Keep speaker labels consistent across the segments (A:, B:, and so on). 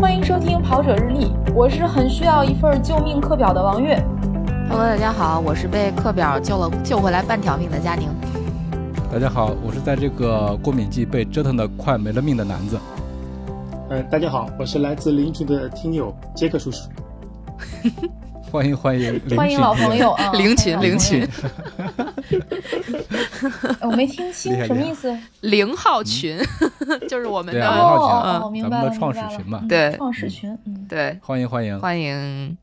A: 欢迎收听《跑者日历》，我是很需要一份救命课表的王 月。
B: Hello，大家好，我是被课表救了救回来半条命的佳宁。
C: 大家好，我是在这个过敏季被折腾的快没了命的男子。
D: 呃，大家好，我是来自邻居的听友杰克叔叔。
C: 欢迎欢迎，邻居
A: 欢迎老朋友啊，
B: 零群
A: 欢迎
B: 零
A: 老朋友
B: 群
A: 哎我没听清
C: 厉害
A: 什么
C: 厉害
A: 意思。
B: 零号群， 就是我们
C: 对
B: 的、
C: 啊零号群
A: 哦哦，
C: 嗯
A: 明白了，
C: 咱们的创
A: 明白
C: 始
A: 了
C: 群嘛
A: 嗯
B: 对
A: 创始群。嗯，
B: 对，
C: 欢迎欢迎，
B: 欢迎。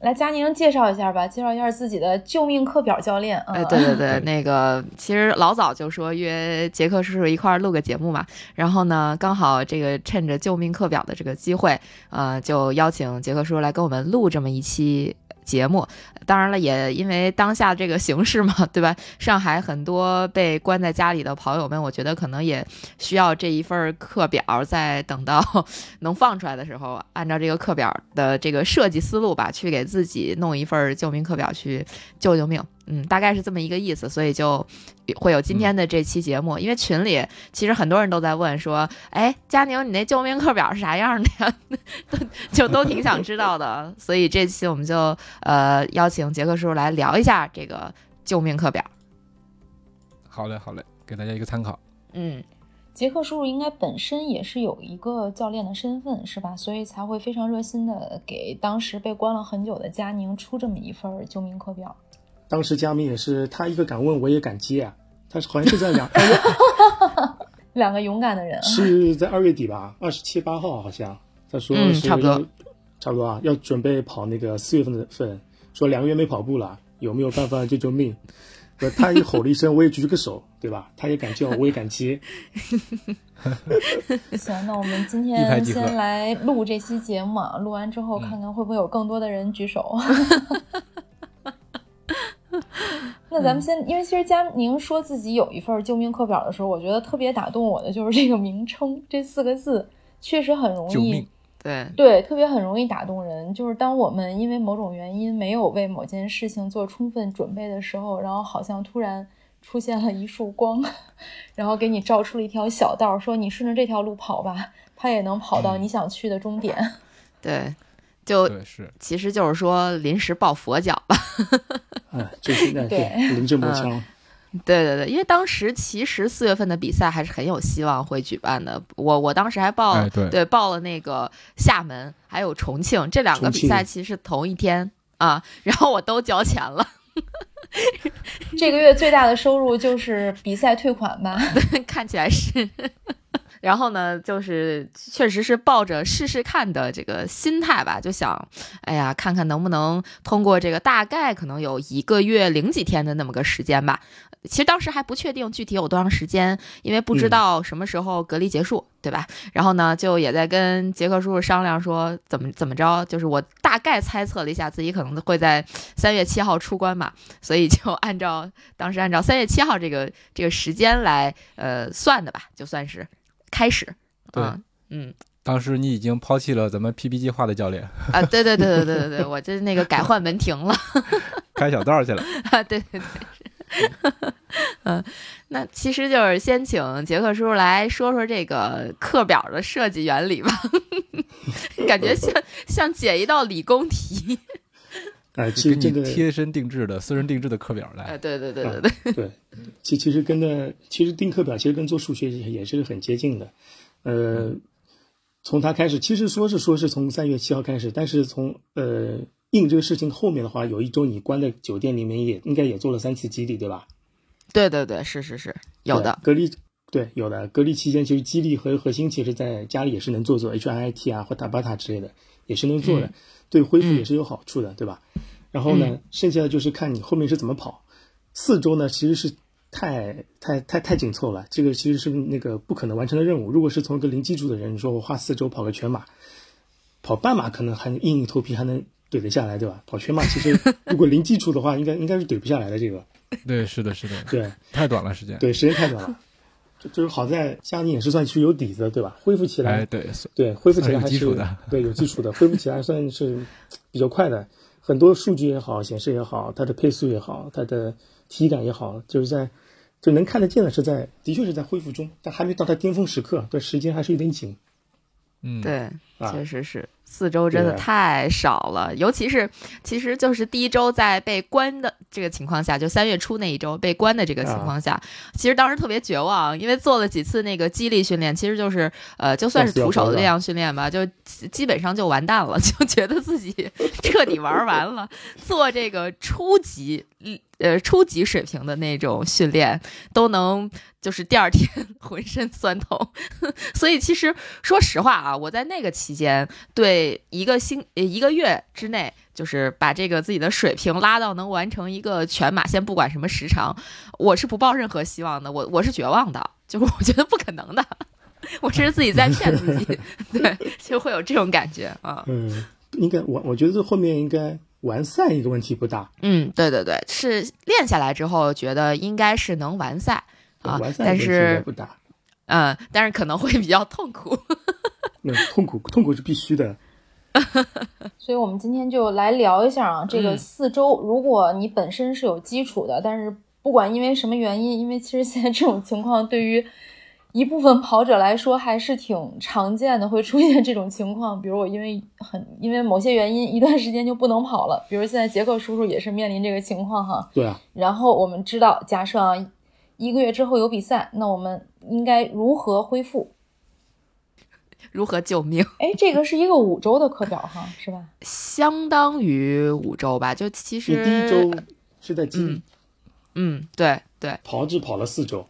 A: 来，佳宁介绍一下吧，介绍一下自己的救命课表教练。
B: 哎，
A: 嗯
B: 对对对
C: 对，
B: 那个其实老早就说约杰克叔叔一块儿录个节目嘛，然后呢，刚好这个趁着救命课表的这个机会，呃，就邀请杰克叔叔来跟我们录这么一期。节目，当然了，也因为当下这个形势嘛，对吧？上海很多被关在家里的跑友们，我觉得可能也需要这一份儿课表，在等到 能放出来的时候，按照这个课表的这个设计思路吧，去给自己弄一份儿救命课表去救救命，嗯，大概是这么一个意思，所以就会有今天的这期节目。因为群里其实很多人都在问说，哎，佳宁，你那救命课表是啥样的 呀？都就都挺想知道的，所以这期我们就呃邀请杰克叔叔来聊一下这个救命课表。
C: 好嘞好嘞，给大家一个参考。
B: 嗯，
A: 杰克叔叔应该本身也是有一个教练的身份，是吧？所以才会非常热心的给当时被关了很久的佳宁出这么一份儿救命课表。
D: 当时佳明也是，他一个敢问，我也敢接啊。他是好像是在 两二月，
A: 两个勇敢的人啊，
D: 是在二月底吧，二十七八号好像。他说
B: 嗯
D: 是
B: 差不多
D: 要，差不多啊，要准备跑那个四月份的份，说两个月没跑步了，有没有办法救救命？不他一吼了一声，我也举了个手， 对吧？他也敢叫，我也敢接。
A: 行，那我们今
C: 一拍
A: 天
C: 即合嗯
A: 先来录这期节目啊，录完之后看看会不会有更多的人举手。 那咱们先，因为其实佳宁说自己有一份救命课表的时候，我觉得特别打动我的就是这个名称，这四个字确实很容
C: 救
A: 易
C: 命，
B: 对，
A: 对，特别很容易打动人。就是当我们因为某种原因没有为某件事情做充分准备的时候，然后好像突然出现了一束光， 然后给你照出了一条小道，说你顺着这条路跑吧，它也能跑到你想去的终点。
B: 对，就
C: 对是，
B: 其实就是说临时抱佛脚吧。
D: 哎，就是那
A: 对
D: 临阵磨
B: 嗯
D: 枪。
B: 对对对，因为当时其实四月份的比赛还是很有希望会举办的。我我当时还报、
C: 哎对
B: 对报了那个厦门还有重庆这两个
D: 重
B: 比
D: 庆
B: 赛，其实同一天啊，然后我都交钱了。
A: 这个月最大的收入就是比赛退款吧。
B: 看起来是。然后呢，就是确实是抱着试试看的这个心态吧，就想，哎呀，看看能不能通过这个大概可能有一个月零几天的那么个时间吧。其实当时还不确定具体有多长时间，因为不知道什么时候隔离结束，对吧？然后呢，就也在跟杰克叔叔商量说怎么怎么着，就是我大概猜测了一下，自己可能会在三月七号出关嘛，所以就按照当时按照三月七号这个这个时间来呃算的吧，就算是开始。
C: 对
B: 嗯嗯
C: 当时你已经抛弃了咱们 PB 计划的教 练，
B: 啊，对对对对对对对，我这那个改换门庭了，
C: 开小道去了。
B: 对对对。是 嗯，那其实就是先请杰克叔叔来说说这个课表的设计原理吧， 感觉像像解一道理工题。
D: 哎，其
C: 给
D: 实真
C: 你
D: 的
C: 贴身定制的、私人定制的课表来。
B: 哎，对对对对对，
D: 对，其其实跟那其实定课表其实跟做数学也也是很接近的，呃，从它开始，其实说是说是从三月七号开始，但是从呃应这个事情后面的话，有一周你关在酒店里面也应该也做了三次激励，对吧？
B: 对对对，是是是，有的
D: 对。隔离，对，有的隔离期间，其实激励和核心其实在家里也是能做做 HIIT 啊或塔巴塔之类的，也是能
B: 嗯
D: 做的，对恢复也是有好处的，对吧？然后呢，剩下的就是看你后面是怎么跑。四周呢，其实是太太太太紧凑了，这个其实是那个不可能完成的任务。如果是从一个零基础的人，你说我花四周跑个全马，跑半马可能还能硬硬头皮还能怼得下来，对吧？跑全马其实如果零基础的话，应该应该是怼不下来的。这个
C: 对，是的，是的，
D: 对
C: 太短了时 间。
D: 对，时间太短了。就就是好在佳宁也是算是有底子的，对吧？恢复起来
C: 哎，对，是
D: 对，恢复起来还
C: 算有
D: 是
C: 基础的
D: 对，有基础的，恢复起来还算是比较快的。很多数据也好，显示也好，它的配速也好，它的体感也好，就是在就能看得见的是在，的确是在恢复中，但还没到它巅峰时刻，对时间还是有点紧。
C: 嗯，
B: 对，
D: 啊
B: 确实是四周真的
D: 对
B: 太少了，尤其是其实就是第一周在被关的这个情况下，就三月初那一周被关的这个
D: 啊
B: 情况下，其实当时特别绝望，因为做了几次那个肌力训练，其实就是呃，就算是徒手的力量训练吧，就基基本上就完蛋了， 就觉得 自己彻底玩完了，做这个初级呃初级水平的那种训练都能就是第二天 浑身酸痛，所以其实说实话啊，我在那个期间对一个星呃一个月之内，就是把这个自己的水平拉到能完成一个全马，先不管什么时长，我是不抱任何希望的，我我是绝望的，就是 我觉得不可能的， 我这是自己在骗自己， 对，就会有这种感觉啊。
D: 嗯，应该我我觉得后面应该完赛一个问题不大，
B: 嗯，对对对，是练下来之后觉得应该是能完赛啊
D: 完，赛
B: 但
D: 一个问题应该
B: 是
D: 不大。
B: 嗯，但是可能会比较痛苦。
D: 那痛苦痛苦是必须的，
A: 所以我们今天就来聊一下啊，这个
B: 嗯
A: 四周，如果你本身是有基础的，但是不管因为什么原因，因为其实现在这种情况对于一部分跑者来说还是挺常见的，会出现这种情况。比如我因为很因为某些原因，一段时间就不能跑了。比如现在杰克叔叔也是面临这个情况哈。
D: 对啊，
A: 然后我们知道，假设啊，一个月之后有比赛，那我们应该如何恢复？
B: 如何救命？
A: 哎，这个是一个五周的课表哈，是吧？
B: 相当于五周吧，就其
D: 你
B: 实
D: 第一周是在基地
B: 嗯嗯，对对，
D: 跑只跑了四周，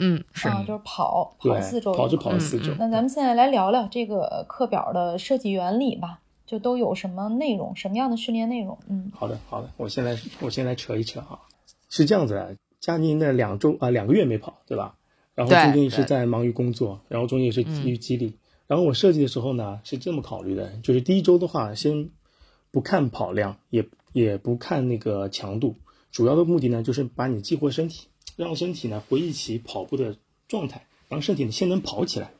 B: 嗯是，
A: 啊，就是跑跑
D: 对，
A: 四周，
D: 跑只跑了四
B: 嗯
D: 周。
A: 那咱们现在来聊聊这个课表的设计原理吧，就都有什么内容，什么样的训练内容？嗯，
D: 好的，好的，我先来，我先来扯一扯啊。是这样子的，佳宁那两周啊、两个月没跑，对吧？然后
B: 对
D: 中间也
B: 对
D: 是在忙于工作，然后中间也是基于激励。然后我设计的时候呢，是这么考虑的，就是第一周的话，先不看跑量，也也不看那个强度，主要的目的呢，就是把你激活身体，让身体呢回忆起跑步的状态，让身体呢先能跑起来。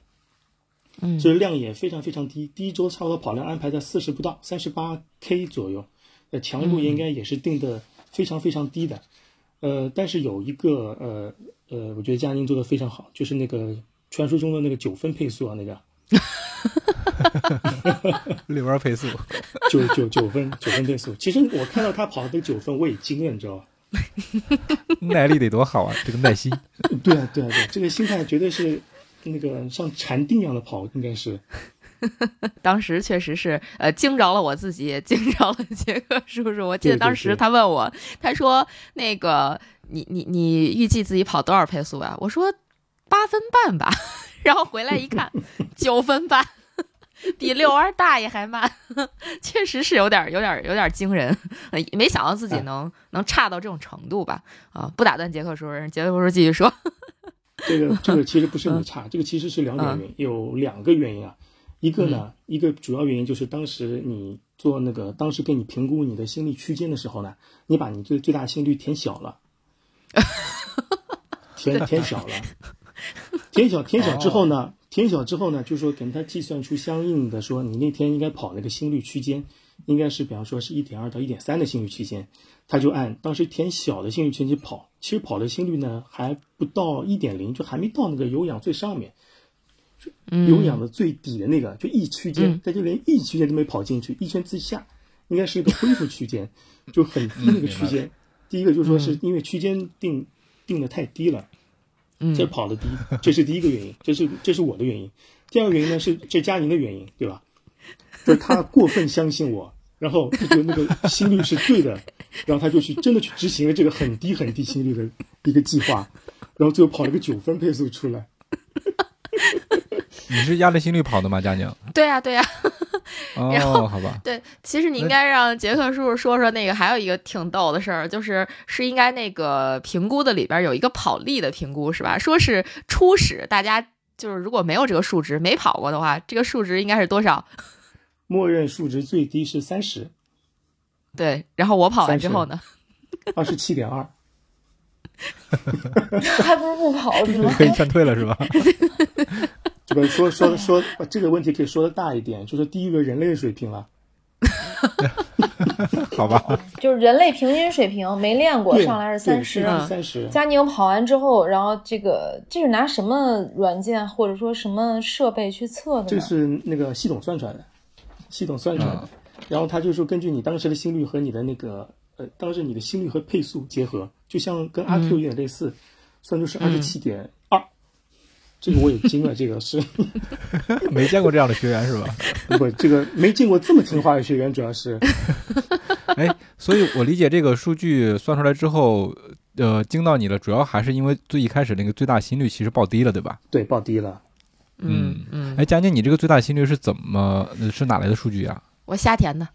B: 嗯
D: 所以量也非常非常低，第一周差不多跑量安排在四十不到，三十八 K 左右，呃，强度应该也是定的非常非常低的，呃，但是有一个呃呃，我觉得佳宁做的非常好，就是那个传说中的那个九分配速啊，那个
C: 里边配速，
D: 九九九分九分配速，其实我看到他跑的九分，我也惊了，你知道吧？
C: 耐力得多好啊！这个耐心，
D: 对啊，对啊，对啊，这个心态绝对是那个像禅定一样的跑，应该是。
B: 当时确实是呃惊着了我自己，也惊着了杰克叔叔。我记得
D: 对对
B: 当时
D: 对
B: 他问我，他说那个你你你预计自己跑多少配速啊？我说八分半吧， 然后回来一 看九分半。 比遛弯儿大爷还慢， 确实是有点儿有点儿有点儿惊人，呃没想到自己
D: 哎
B: 能能差到这种程度吧？啊，不打断杰克叔叔，杰克叔叔继续说。
D: 这个这个其实不是你差，这个其实是两点原因，有两个原因啊。一个呢，一个主要原因就是当时你做那个，当时给你评估你的心率区间的时候呢，你把你最最大心率填小了，填填小了，填小填小之后呢，填小之后呢，就是说给它计算出相应的说你那天应该跑那个心率区间，应该是比方说是一点二到一点三的心率区间，他就按当时填小的心率圈去跑，其实跑的心率呢还不到一点零，就还没到那个有氧最上面，有氧的最底的那个，就 E 区间
B: 嗯，
D: 但就连 E 区间都没跑进去，一圈之下应该是一个恢复区间，
B: 嗯
D: 就很低那个区间。第一个就是说是因为区间定定的太低了，
B: 嗯
D: 这跑的低，这是第一 个原因，这是这是我的原因。第二个原因呢是这佳宁的原因，对吧？就是他过分相信我，然后就觉得那个心率是 对的，然后他就去真的去执行了这个很低很低心率的一个计划，然后最后跑了个九分配速出来。
C: 你是压着心率跑的吗，佳宁？
B: 啊对呀、对呀、 然后
C: 哦，好吧，
B: 对，其实你应
C: 那
B: 该让杰克叔叔说说那个，还有一个挺逗的事儿，就是是应该那个评估的里边儿有一个跑力的评估，是吧？说是初始大家就是如果没有这个数值，没跑过的话，这个数值应该是多少？
D: 默认数值最低是三十，
B: 对，然后我跑完之
D: 30
B: 后呢，
D: 二十七点二。
A: 还不如不跑，怎么
C: 可以劝退了是吧？
D: 这个说说说把这个问题可以说的大一点，就是低于了人类的水平了。
C: 好吧，
A: 就是人类平均水平没练过，
D: 对
A: 上来是
D: 对
A: 三十。
B: 的
D: 三十。
A: 佳宁跑完之后，然后这个这是拿什么软件或者说什么设备去测的
D: 这
A: 呢？
D: 是那个系统算出来的，系统算出来的。
C: 嗯
D: 然后它就是根据你当时的心率和你的那个呃，当时你的心率和配速结合，就像跟阿 Q 有点类似，算出是二十七点二。这个我也惊了，这个是
C: 没见过这样的学员是吧？
D: 我这个没见过这么听话的学员，主要是
C: 哎，所以我理解这个数据算出来之后，呃，惊到你了，主要还是因为最一开始那个最大心率其实报低了，对吧？
D: 对报低了。
B: 嗯嗯，
C: 哎，佳宁，你这个最大心率是怎么呃是哪来的数据啊？
B: 我瞎填的，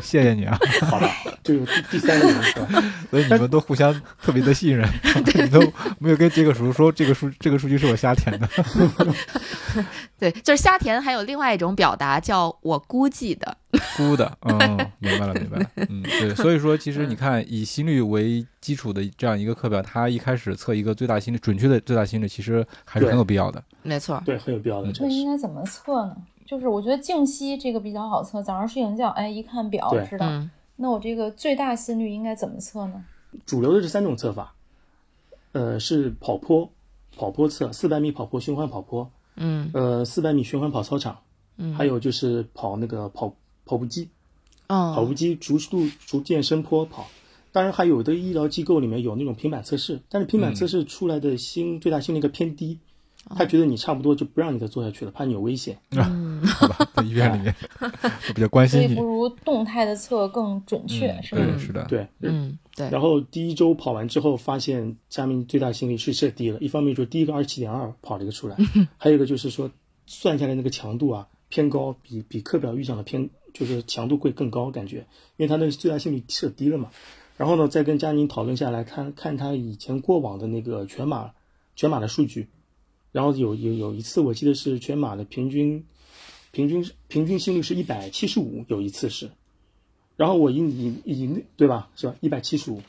C: 谢谢你啊，
D: 好吧，这个第第三个人是吧？
C: 所以你们都互相特别的信任，你都没有跟杰克叔叔说这个数这个数据是我瞎填的。
B: 对，就是瞎填。还有另外一种表达叫我估计的，
C: 估的，嗯，明白了，明白了，嗯，对，所以说其实你看，以心率为基础的这样一个课表，它一开始测一个最大心率，准确的最大心率，其实还是很有必要的。
B: 没错，
D: 对，很有必要的，
A: 那
D: 这
A: 应该
D: 是
A: 怎么测呢？就是我觉得静息这个比较好测，早上睡醒觉，哎，一看表
D: 对
A: 知道。
B: 嗯
A: 那我这个最大心率应该怎么测呢？
D: 主流的这三种测法，呃，是跑坡、跑坡测，四百米跑坡、循环跑坡，
B: 嗯
D: 呃，四百米循环跑操场，
B: 嗯，
D: 还有就是跑那个跑跑步机，跑
B: 哦
D: 步机逐速逐渐升坡跑。当然，还有的医疗机构里面有那种平板测试，但是平板
B: 嗯
D: 测试出来的心、最大心率个偏低，
B: 哦
D: 他觉得你差不多就不让你再做下去了，怕你有危险。
C: 好吧，在医院里面，我比较关
A: 所
C: 心
A: 以
C: 你
A: 不。如动态的测更准确，
C: 嗯
A: 是吧？
C: 对，是的，
D: 对，
B: 嗯对，
D: 然后第一周跑完之后，发现佳明最大心率是设低了，一方面就是第一个二十七点二跑了一个出来， 还有一个就是说算下来那个强度啊偏高，比比课表预想的偏就是强度会更高感觉，因为他那个最大心率设低了嘛。然后呢，再跟佳宁讨论下来，看看他以前过往的那个全马全马的数据，然后有有有一次我记得是全马的平均平均平均心率是一百七十五，有一次是。然后我以以以那对吧，是吧？一百七十五，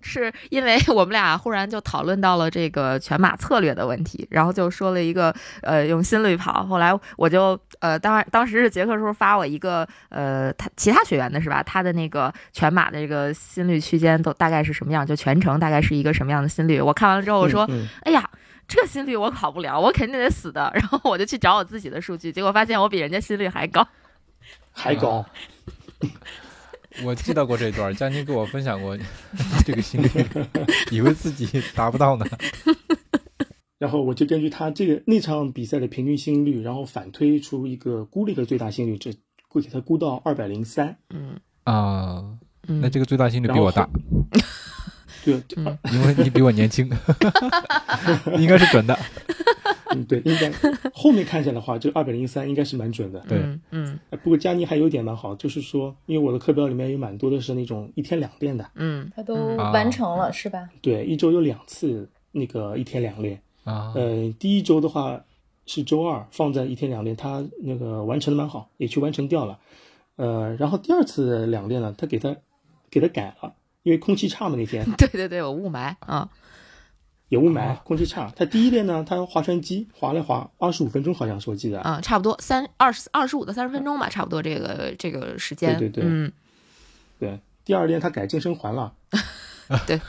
B: 是因为我们俩忽然就讨论到了这个全马策略的问题，然后就说了一个呃用心率跑。后来我就呃当当时是杰克叔叔发我一个呃他其他学员的是吧？他的那个全马的这个心率区间都大概是什么样？就全程大概是一个什么样的心率？我看完了之后我说，
D: 嗯嗯
B: 哎呀。这心率我跑不了，我肯定得死的。然后我就去找我自己的数据，结果发现我比人家心率还高。
D: 还高，
C: 我记得过这段，佳妮给我分享过 这个心率，以为自己达不到呢。
D: 然后我就根据他这个那场比赛的平均心率，然后反推出一个估了一个最大心率，这估计他估到二百零三，
B: 嗯
C: 啊，
B: 嗯，
C: 那这个最大心率比我大，
D: 对，
B: 嗯
C: 因为你比我年轻，应该是准的。
D: 嗯，对，应 该后面看下来的话，这二百零三应该是蛮准的。
C: 对
B: 嗯嗯
D: 呃不过佳妮还有一点蛮好，就是说，因为我的课表里面有蛮多的是那种一天两练的，
B: 嗯
A: 它都
B: 嗯
C: 啊
A: 完成了，是吧？
D: 对，一周有两次那个一天两练。
C: 啊，
D: 呃，第一周的话是周二放在一天两练，他那个完成的蛮好，也去完成掉了。呃，然后第二次两练呢，他给他给他改了，因为空气差嘛那天
B: 对对对，我雾霾啊，
D: 有雾霾，空气差。他第一练呢，他划船机划了划二十五分钟，好像是我记得。
B: 嗯，差不多三二十二十五到三十分钟吧，差不多这个这个时间。
D: 对对对
B: 嗯，
D: 对，第二练他改健身环了，
B: 对，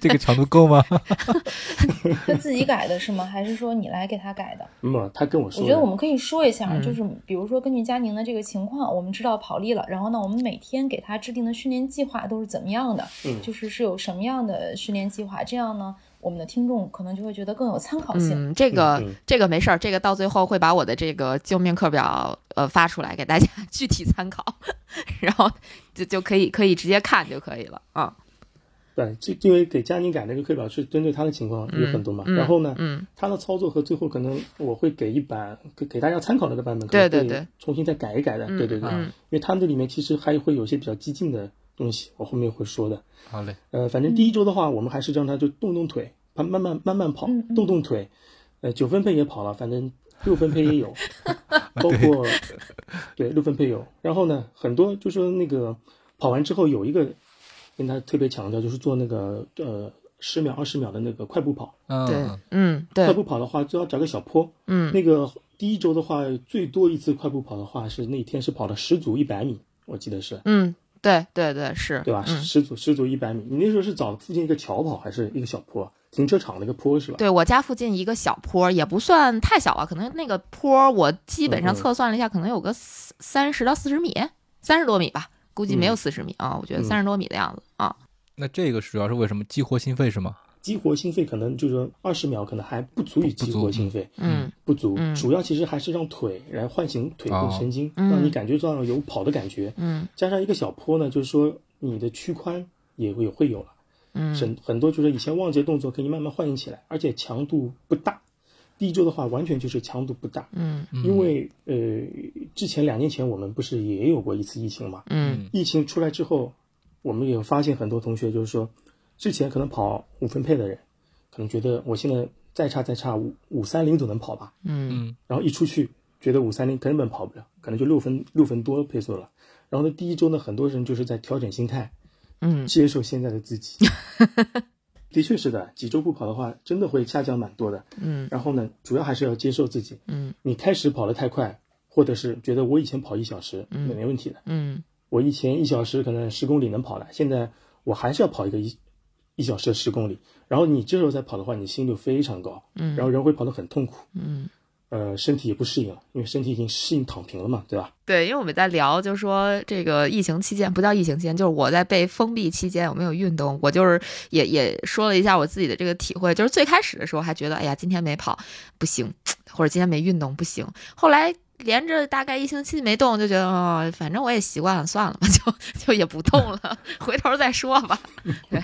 C: 这个强度够吗？
A: 他自己改的是吗？还是说你来给他改的？
D: 那么他跟我说
A: 我
D: 的，
A: 觉得我们可以说一下，
B: 嗯
A: 就是比如说根据佳宁的这个情况，我们知道跑力了，然后呢，我们每天给他制定的训练计划都是怎么样的，
D: 嗯
A: 就是是有什么样的训练计划，这样呢，我们的听众可能就会觉得更有参考性。
B: 嗯，这个、
D: 嗯嗯
B: 这个没事儿，这个到最后会把我的这个救命课表呃发出来给大家 具体参考，然后就就可以可以直接看就可以了啊。
D: 对，这因为给加宁改那个课表是针对他的情况有很多嘛。
B: 嗯
D: 然后呢，
B: 嗯
D: 他的操作和最后可能我会给一版给给大家参考那个版本，可
B: 对
D: 能
B: 对
D: 会
B: 对
D: 重新再改一改的。
B: 嗯
D: 对对对，
B: 嗯
D: 因为他们这里面其实还会有一些比较激进的东西，我后面会说的。
C: 好嘞，
D: 呃，反正第一周的话，我们还是让他就动动腿，慢慢慢慢慢跑
A: 嗯，嗯
D: 动动腿。呃，九分配也跑了，反正六分配也有，包括对六分配有。然后呢，很多就说那个跑完之后有一个跟他特别强调，就是做那个呃十秒二十秒的那个快步跑。
B: 对
C: 嗯，，
B: 嗯
D: 快
B: 对，
D: 步跑的话，最好找个小坡。
B: 嗯
D: 那个第一周的话，最多一次快步跑的话是那天是跑了十组一百米，我记得是。
B: 嗯对对对是，
D: 对吧？
B: 嗯，
D: 十组十组一百米，你那时候是找附近一个桥跑还是一个小坡？停车场那个坡是吧？
B: 对我家附近一个小坡，也不算太小吧，可能那个坡我基本上
D: 嗯嗯
B: 测算了一下，可能有个三十到四十米，三十多米吧，估计没有四十米啊，我觉得
D: 嗯
B: 三十多米的样子啊。
C: 那这个主要是为什么激活心肺是吗？
D: 激活心肺可能就是二十秒，可能还不足以
C: 不不
D: 激
C: 足
D: 活心肺，
B: 嗯
D: 不足。
B: 嗯
D: 主要其实还是让腿来唤醒腿
C: 哦
D: 部神经，
B: 嗯
D: 让你感觉到有跑的感觉。
B: 嗯
D: 加上一个小坡呢，就是说你的屈髋也会也会有了。
B: 嗯
D: 很很多就是以前忘记的动作可以慢慢唤醒起来，而且强度不大。第一周的话，完全就是强度不大，
B: 嗯
C: 嗯
D: 因为呃，之前两年前我们不是也有过一次疫情嘛，
B: 嗯
D: 疫情出来之后，我们也发现很多同学就是说，之前可能跑五分配的人，可能觉得我现在再差再差五五三零总能跑吧，
B: 嗯
C: 嗯
D: 然后一出去觉得五三零根本跑不了，可能就六分六分多配速了。然后呢，第一周呢，很多人就是在调整心态，
B: 嗯
D: 接受现在的自己。的确是的，几周不跑的话，真的会下降蛮多的。
B: 嗯
D: 然后呢，主要还是要接受自己。
B: 嗯
D: 你开始跑得太快，或者是觉得我以前跑一小时，
B: 嗯
D: 那没问题的。
B: 嗯
D: 我以前一小时可能十公里能跑了，现在我还是要跑一个一一小时的十公里。然后你这时候再跑的话，你心率非常高，
B: 嗯，
D: 然后人会跑得很痛苦，
B: 嗯。
D: 呃，身体也不适应了，因为身体已经适应躺平了嘛，对吧？
B: 对，因为我们在聊，就说这个疫情期间不叫疫情期间，就是我在被封闭期间有没有运动，我就是也也说了一下我自己的这个体会，就是最开始的时候还觉得，哎呀，今天没跑不行，或者今天没运动不行，后来。连着大概一星期没动，就觉得哦，反正我也习惯了，算了吧， 就就也不动了，回头再说吧。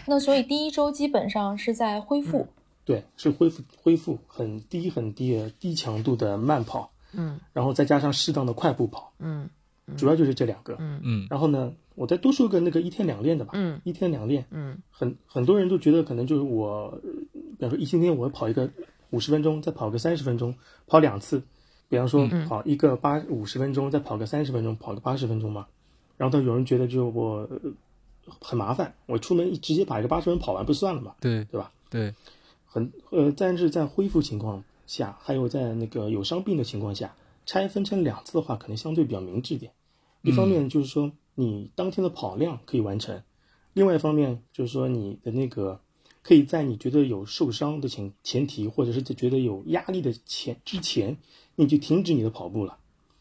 A: 那所以第一周基本上是在恢复，
D: 对，是恢复恢复很低很低的低强度的慢跑，
B: 嗯
D: 然后再加上适当的快步跑，
B: 嗯
D: 主要就是这两个。
C: 嗯
D: 然后呢，我再多说个那个一天两练的吧，
B: 嗯
D: 一天两练，
B: 嗯
D: 很很多人都觉得可能就是我，呃比方说一星期我跑一个五十分钟，再跑个三十分钟，跑两次，比方说
B: 嗯
D: 跑一个八五十分钟，再跑个三十分钟，跑个八十分钟嘛。然后他有人觉得就我呃很麻烦，我出门一直接把一个八十分跑完不算了嘛，
C: 对
D: 对吧？
C: 对，
D: 很呃，但是在恢复情况下，还有在那个有伤病的情况下，拆分成两次的话，可能相对比较明智一点。一方面就是说你当天的跑量可以完成，另外一方面就是说你的那个可以在你觉得有受伤的前前提，或者是觉得有压力的前之前，你就停止你的跑步了。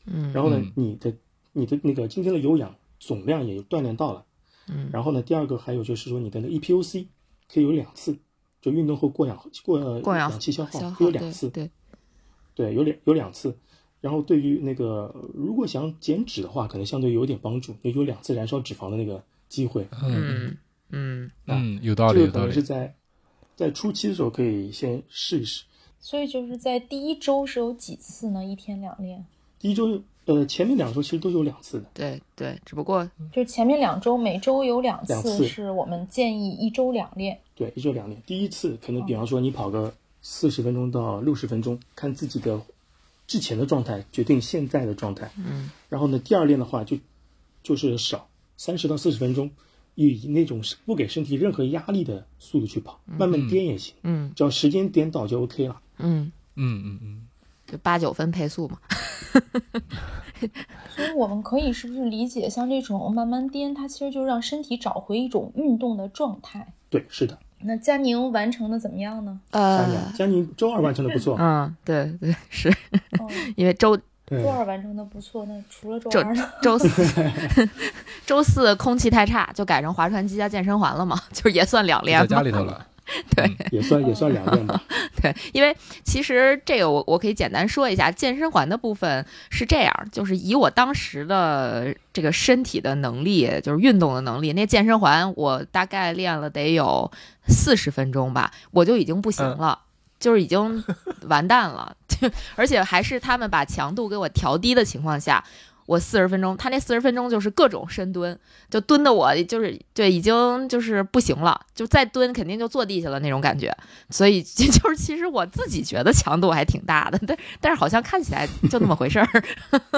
B: 嗯
D: 然后呢
C: 嗯，
D: 你的你的那个今天的有氧总量也锻炼到了，
B: 嗯
D: 然后呢，第二个还 E 有就是说你的那 EPOC 可以有两次，就运动后过氧过
B: 过氧
D: 气消耗
B: 消
D: 可以
B: 耗
D: 有两
B: 对
D: 次，
B: 对，
D: 对，有两有两次。然后对于那个呃如果想减脂的话，可能相对有点帮助，也有两次燃烧脂肪的那个机会。
B: 嗯嗯
C: 嗯，有道理，
D: 这个
C: 有
D: 可
C: 道
D: 能是
C: 理，
D: 在在初期的时候可以先试一试。
A: 所以就是在第一周是有几次呢？一天两练，
D: 第一周，呃，前面两周其实都有两次的，
B: 对对，只不过
A: 就是前面两周每周有两
D: 两
A: 次，
D: 次
A: 是我们建议一周两练。
D: 对，一周两练。第一次
B: 哦
D: 可能比方说你跑个四十分钟到六十分钟，看自己的之前的状态决定现在的状态。
B: 嗯
D: 然后呢，第二练的话就就是少三十到四十分钟，以那种不给身体任何压力的速度去跑，慢慢颠也行，
B: 嗯
D: 只要时间颠倒就 OK 了。
B: 嗯，
C: 嗯嗯嗯，
B: 就八九分配速嘛。
A: 所以我们可以是不是理解，像这种慢慢颠，它其实就让身体找回一种运动的状态。
D: 对，是的，
A: 那佳宁完成的怎么样呢？
D: 佳
B: 呃
D: 宁，，佳宁周二完成的不错，
B: 嗯，对对是，
A: 哦，
B: 因为周
D: 对
A: 周，二完成的不错，那除了周
B: 周
A: 二呢？
B: 周四 周四空气太差，就改成划船机加健身环了嘛，就是也算两
C: 在
B: 连
C: 家
B: 嘛。
C: 里头了，
B: 对，
D: 也算也算两段 吧。
B: 对，因为其实这个我我可以简单说一下，健身环的部分是这样，就是以我当时的这个身体的能力，就是运动的能力，那健身环我大概练了得有四十分钟吧，我就已经不行了，就是已经完蛋了， 而且还是他们把强度给我调低的情况下。我四十分钟，他那四十分钟就是各种深蹲，就蹲的我就是对已经就是不行了，就再蹲肯定就坐地下了那种感觉。所以 就是其实我自己觉得强度还挺大的，但但是好像看起来就那么回事儿。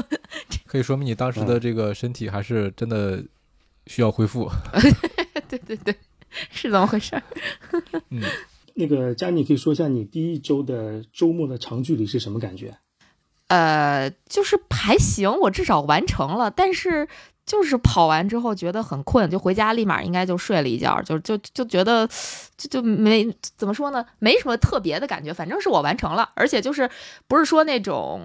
C: 可以说明你当时
D: 嗯
C: 的这个身体还是真的需要恢复。
B: 对对对，是怎么回事儿？
C: 嗯，
D: 那个佳妮可以说一下你第一周的周末的长距离是什么感觉？
B: 呃，就是还行，我至少完成了，但是就是跑完之后觉得很困，就回家立马应该就睡了一觉，就就就觉得就就没怎么说呢，没什么特别的感觉，反正是我完成了，而且就是不是说那种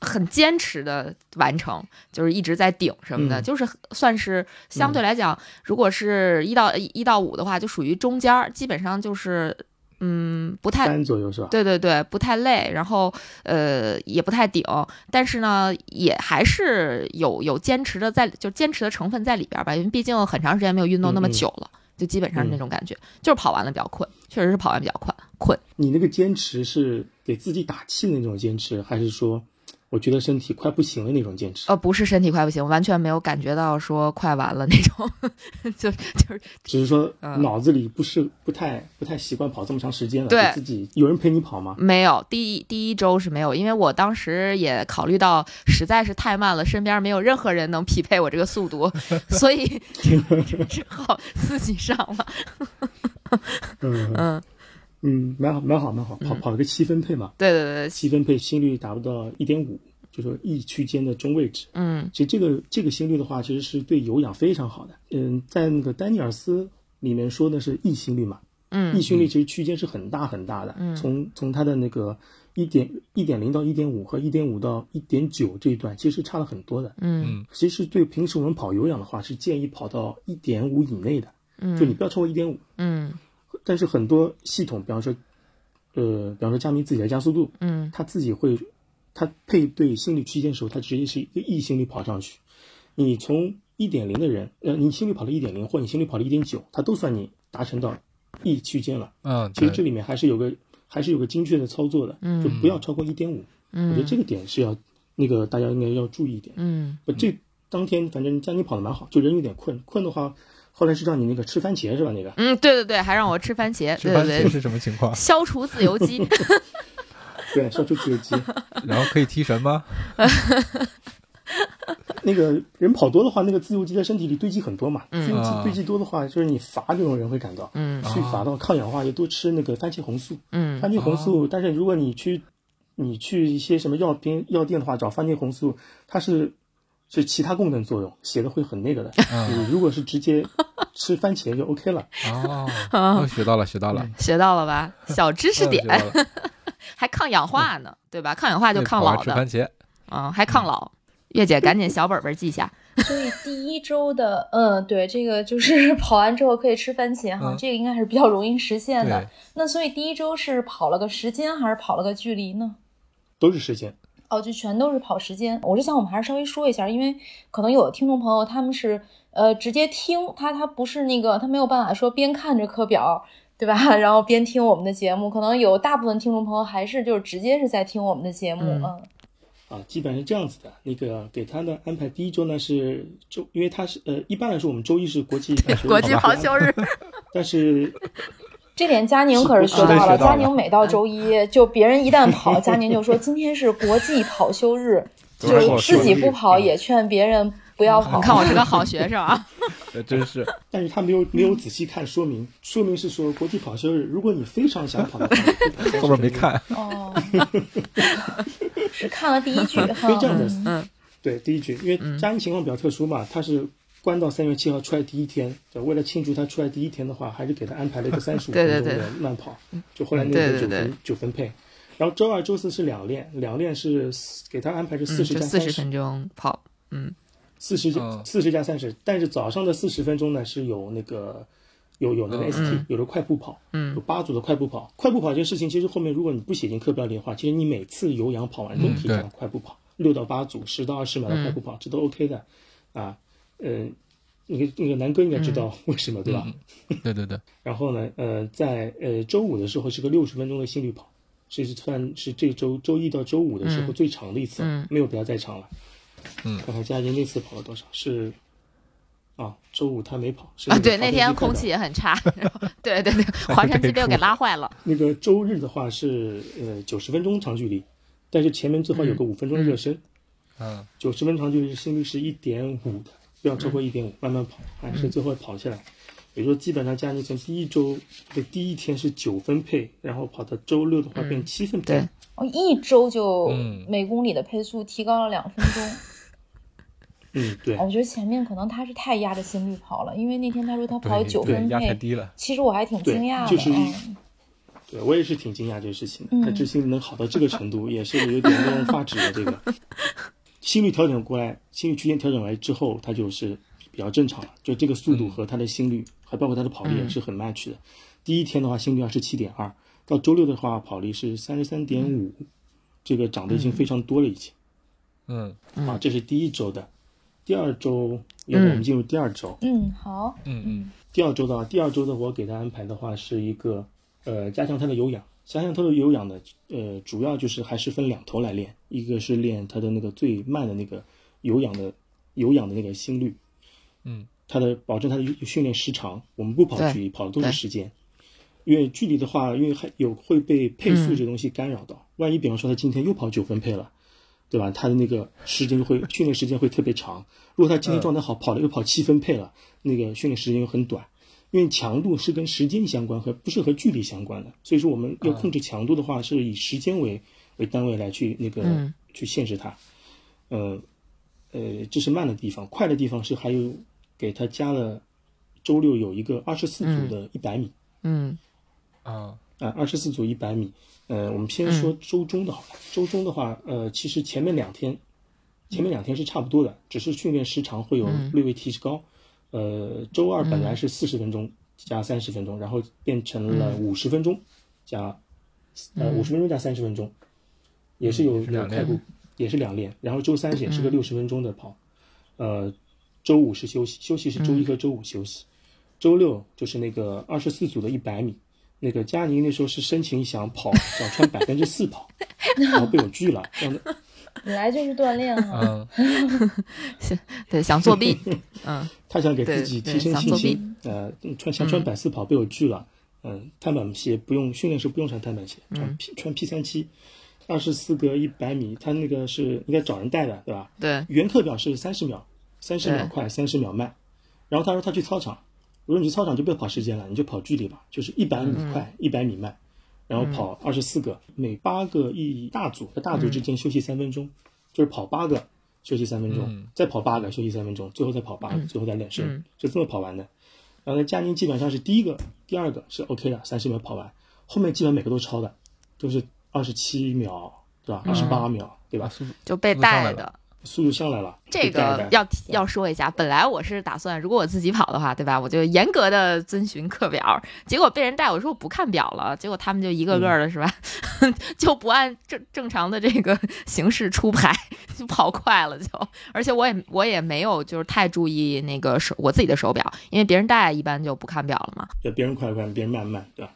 B: 很坚持的完成，就是一直在顶什么的，
D: 嗯
B: 就是算是相对来讲，如果是一到一到五的话，就属于中间儿，基本上就是嗯不太
D: 三左右是吧？
B: 对对对，不太累，然后呃也不太顶，但是呢也还是有有坚持的在，就坚持的成分在里边儿吧，因为毕竟很长时间没有运动那么
D: 嗯嗯嗯
B: 久了，就基本上是那种感觉，就是跑完了比较困，确实是跑完比较困困。
D: 你那个坚持是给自己打气的那种坚持，还是说我觉得身体快不行了那种坚持？
B: 呃，不是身体快不行，完全没有感觉到说快完了那种， 就就是
D: 只是说
B: 嗯
D: 脑子里不是不太不太习惯跑这么长时间了，
B: 对
D: 给自己有人陪你跑吗？
B: 没有，第一第一周是没有，因为我当时也考虑到实在是太慢了，身边没有任何人能匹配我这个速度，所以 只好自己上了。
D: 嗯
B: 嗯，
D: 嗯，蛮好蛮好蛮好，跑跑了个七分配嘛，
B: 对对对，对
D: 七分配心率达不到一点五，就说 E 区间的中位值。
B: 嗯
D: 其实这个这个心率的话，其实是对有氧非常好的。嗯，在那个丹尼尔斯里面说的是 E 心率嘛，E
B: 嗯
D: 心率其实区间是很大很大的，
B: 嗯
D: 从从它的那个一点一点零到一点五和一点五到一点九这一段，其实差了很多的。
B: 嗯
D: 其实对平时我们跑有氧的话，是建议跑到一点五以内的，就你
B: 嗯
D: 不要超过一点五。
B: 嗯
D: 但是很多系统，比方说，呃，比方说佳明自己的加速度，
B: 嗯
D: 它自己会，它配对心率区间的时候，它直接是一个 E 心率跑上去。你从一点零的人，呃，你心率跑了一点零，或你心率跑了一点九，它都算你达成到 E 区间了。
C: 嗯，
D: 其
C: 对
D: 实这里面还是有个还是有个精确的操作的，
B: 嗯
D: 就不要超过一点五。我觉得这个点是要那个大家应该要注意一点。
B: 嗯
D: 不，这当天反正佳妮跑的蛮好，就人有点困，困的话，后来是让你那个吃番茄是吧？那个
B: 嗯，对对对，还让我吃番茄，
C: 吃
B: 对
C: 番
B: 对
C: 茄
B: 对，
C: 是什么情况？
B: 消除自由 基，
D: 对，消除自由 基。
C: 然后可以提神吗？
D: 那个人跑多的话，那个自由基在身体里堆积很多嘛，自由基
C: 啊
D: 堆积多的话，就是你乏这种人会感到。
B: 嗯
D: 去乏到抗氧化，也多吃那个番茄红素。
B: 嗯
D: 番茄红素，但是如果你去你去一些什么药店药店的话，找番茄红素，它是是其他功能作用，写的会很那个的。
B: 嗯
D: 你如果是直接吃番茄就 OK 了。
C: 哦，哦学到了，学到了，
B: 学到了吧？小知识啊
C: 嗯
B: 嗯点
C: 学，到了
B: 还抗氧化
D: 嗯
B: 呢，对吧？抗氧化就
C: 那
B: 抗
C: 跑完啊
B: 老
C: 吃
B: 的，
C: 番茄，
B: 嗯，还抗老。月姐，赶紧小本本记 下。
A: 所以第一周的，嗯，对，这个就是 跑完之后可以吃番茄哈，
C: 嗯
A: 这个应该还是比较容易实现的
C: 对。，
A: 那所以第一周是跑了个时间还是跑了个距离呢？
D: 都是时间，
A: 哦，就全都是跑时间。我是想我们还是稍微说一下，因为可能有的听众朋友他们是呃直接听，他他不是那个他没有办法说边看着课表。对吧？ 然后边听我们的节目，可能有大部分听众朋友还是就是直接是在听我们的节目，
B: 嗯
A: 嗯
D: 啊，基本上是这样子的。那个给他的安排，第一周呢是周，因为他是呃，一般来说我们周一是国际跑休日
B: 国际
D: 好
B: 跑
D: 吧
B: 休日，
D: 但是
A: 这点佳宁可是学
C: 是
A: 到
C: 我
A: 了。
C: 学到了
A: 佳宁每到周一，就别人一旦跑，佳宁就说今天是国际跑休日，
C: 昨天
A: 就
C: 跑
A: 自
C: 休
A: 己
D: 日
A: 不跑也劝别人不要跑。
B: 你看我是个好学生 啊。
C: 呃真是
D: 但是他没有没有仔细看说明，说明是说国际跑休日，如果你非常想跑的 话，你可以跑
C: 后面没看，
A: 哦， 只看了第一句哈
D: 可以。这样子，
B: 嗯
D: 对，第一局，因为家庭情况比较特殊嘛，他是关到三月七号出来第一天，对，为了庆祝他出来第一天的话，还是给他安排了一个 三十五
B: 对
D: 分
B: 对嗯
D: 钟的慢跑，就后来那
B: 对
D: 个
B: 对
D: 九
B: 对
D: 分九分配。然后周二、周四是两练，两练是四给他安排是
B: 嗯，
D: 四十
B: 就
D: 加
B: 四
D: 三
B: 十
D: 十，
B: 分钟跑，嗯
D: 四十
C: 嗯
D: 四十加三十。但是早上的四十分钟呢是有那个有有那个 ST，、
B: 嗯
D: 有的快步跑，
B: 嗯
D: 有八组的快步跑。快步跑这个事情，其实后面如果你不写进课表里的话，其实你每次有氧跑完都
C: 嗯
D: 可以
C: 对
D: 讲快步跑，
B: 嗯
D: 六到八组，十到二十秒的快步跑，这都 OK 的啊。嗯、那个那个南哥应该知
B: 嗯
D: 道为什么、对吧？
C: 对对对，
D: 然后呢，呃，在呃周五的时候是个六十分钟的心率跑，是算是这周周一到周五的时
B: 嗯
D: 候最长的一次，
B: 嗯
D: 没有比他再长了。
C: 嗯
D: 看看佳音那次跑了多少？是啊，周五他没跑，是
B: 啊，
D: 个
B: 对，
D: 华
B: 那天
D: 晨机快
B: 空
D: 跑
B: 气也很差， 对对 对，华山机六给拉坏了，
D: 那个周日的话是呃九十分钟长距离，但是前面最好有个五分钟的热身。
C: 嗯
D: 九十分长距离心率是一点五的，不要超过一点五，慢慢跑，还是最后跑下来。也就是说，基本上佳妮从第一周的第一天是九分配，然后跑到周六的话变七分配。
B: 对
A: 我哦一周就
C: 嗯
A: 每公里的配速提高了两分钟。 哦
D: 嗯，对，
A: 我觉得前面可能他是太压着心率跑了，因为那天他说他跑
C: 对
A: 九
C: 对
A: 分
C: 压太
A: 配，
C: 低了，
A: 其实我还挺
D: 对
A: 惊讶的。
D: 就是一
A: 嗯
D: 对我也是挺惊讶这个事情的，
A: 嗯
D: 他执行能好到这个程度，也是有点令人发指的。这个 心率调整过来，心率区间调整来之后，他就是比较正常了，就这个速度和他的心率，还包括他的跑力也是很 match 的。第一天的话，心率二十七点二，到周六的话，跑力是三十三点五，这个涨得已经非常多了，已经、
C: 嗯
D: 啊，这是第一周的。第二周，要不我们进入第二周。
A: 嗯，好，
C: 嗯嗯
D: 第二周的话，第二周的我给他安排的话是一个呃加强他的有氧，加强他的有氧呢，呃主要就是还是分两头来练，一个是练他的那个最慢的那个有氧的有氧的那个心率，
C: 嗯，
D: 他的保证他的训练时长，我们不跑距离，跑的都是
B: 对
D: 时间。因为距离的话，因为还有会被配速这东西干扰到，万一比方说他今天又跑九分配了，对吧？他的那个时间就会训练时间会特别长。如果他
B: 嗯
D: 今天状态好，跑了又跑七分配了，那个训练时间又很短。因为强度是跟时间相关，和不是和距离相关的，所以说我们要控制强度的话，是以时间为为单位来去那个、
B: 嗯
D: 去限制它。呃呃，这是慢的地方，快的地方是还有给他加了周六有一个二十四组的一百米，
B: 嗯
C: 啊
D: 啊，二十四组一百米。呃，我们先说周中的好了。周中的话，呃，其实前面两天，前面两天是差不多的，只是训练时长会有略微提高。呃，周二本来是四十分钟加三十分钟，然后变成了五十分钟加，呃，五十分钟加三十分钟，也是
C: 嗯
D: 有
C: 也是两练
D: 有
C: 嗯
D: 快步，也是两练。然后周三也是个六十分钟的跑，呃，周五是休息，休息是周
C: 嗯
D: 一和周五休息。周六就是那个二十四组的一百米，那个佳宁那时候是申请想跑，想穿百分之 四跑，然后被我拒了，让他
A: 本来就是锻炼哈。
C: 嗯
B: 对，想作 弊，嗯
D: 他想给自己
B: 对对
D: 提升信
B: 想作弊嗯
D: 心，呃，穿想穿百四跑被我拒了，嗯，碳板鞋不用训练时不用穿碳板鞋，
B: 嗯
D: 穿 P 穿 P 三七，二十四个一百米，他那个是应该找人带的，对吧？
B: 对，
D: 原课表是三十秒，三十秒快，三十秒慢。然后他说他去操场，我说你去操场就不要跑时间了，你就跑距离吧，就是一百米快，一百米慢，然后跑二十四个，每八个一大组，在大组之间休息三分钟，就是跑八个休息三分钟，再跑八个休息三分钟，最后再跑八个，最后再练身，是这么跑完的。然后呢，佳宁基本上是第一个、第二个是 OK 的，三十秒跑完，后面基本每个都超的，都是二十七秒，对吧？二十八秒，对
C: 啊
D: 吧？
C: 速度
B: 就被
C: 速度上来
B: 带
C: 了
B: 的。
D: 速度上来了，
B: 这
D: 就带
B: 个
D: 着
B: 要提要说一下，本来我是打算，如果我自己跑的话，对吧？我就严格的遵循课表，结果被人带，我说我不看表了，结果他们就一个个的是吧， 就不按正正常的这个 形式出牌，就跑快了就。而且我也我也没有就是太注意那个手我自己的手表，因为别人带一般就不看表了嘛。
D: 对，别人快快，别人慢慢，对吧？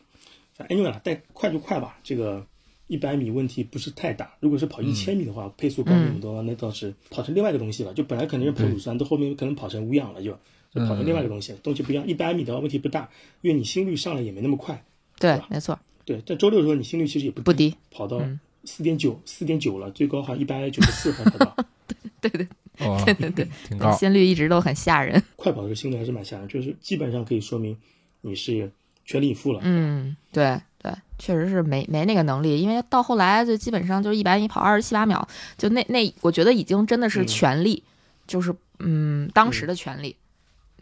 D: 反正 anyway 了，带快就快吧，这个一百米问题不是太大。如果是跑一千
B: 嗯
D: 米的话，配速高那么多，那倒是跑成另外一个东西了。就本来可能是跑乳酸，到后面可能跑成无氧了，就就跑成另外一个东
B: 嗯
D: 西了，东西不一样。一百米的话问题不大，因为你心率上来也没那么快。
B: 对，没错，
D: 对，但周六的时候你心率其实也不
B: 不低，嗯
D: 跑到四点九四点九了，最高好像一百九十四还 跑到。
B: 对对
C: 哇，
B: 对对对，
C: 哦挺高，
B: 心率一直都很吓人。
D: 快跑的心率还是蛮吓人，就是基本上可以说明你是全力以赴了。
B: 嗯，对对，确实是没没那个能力，因为到后来就基本上就是一百米跑二十七八秒，就那那我觉得已经真的是
D: 嗯
B: 全力，就是嗯当时的全力，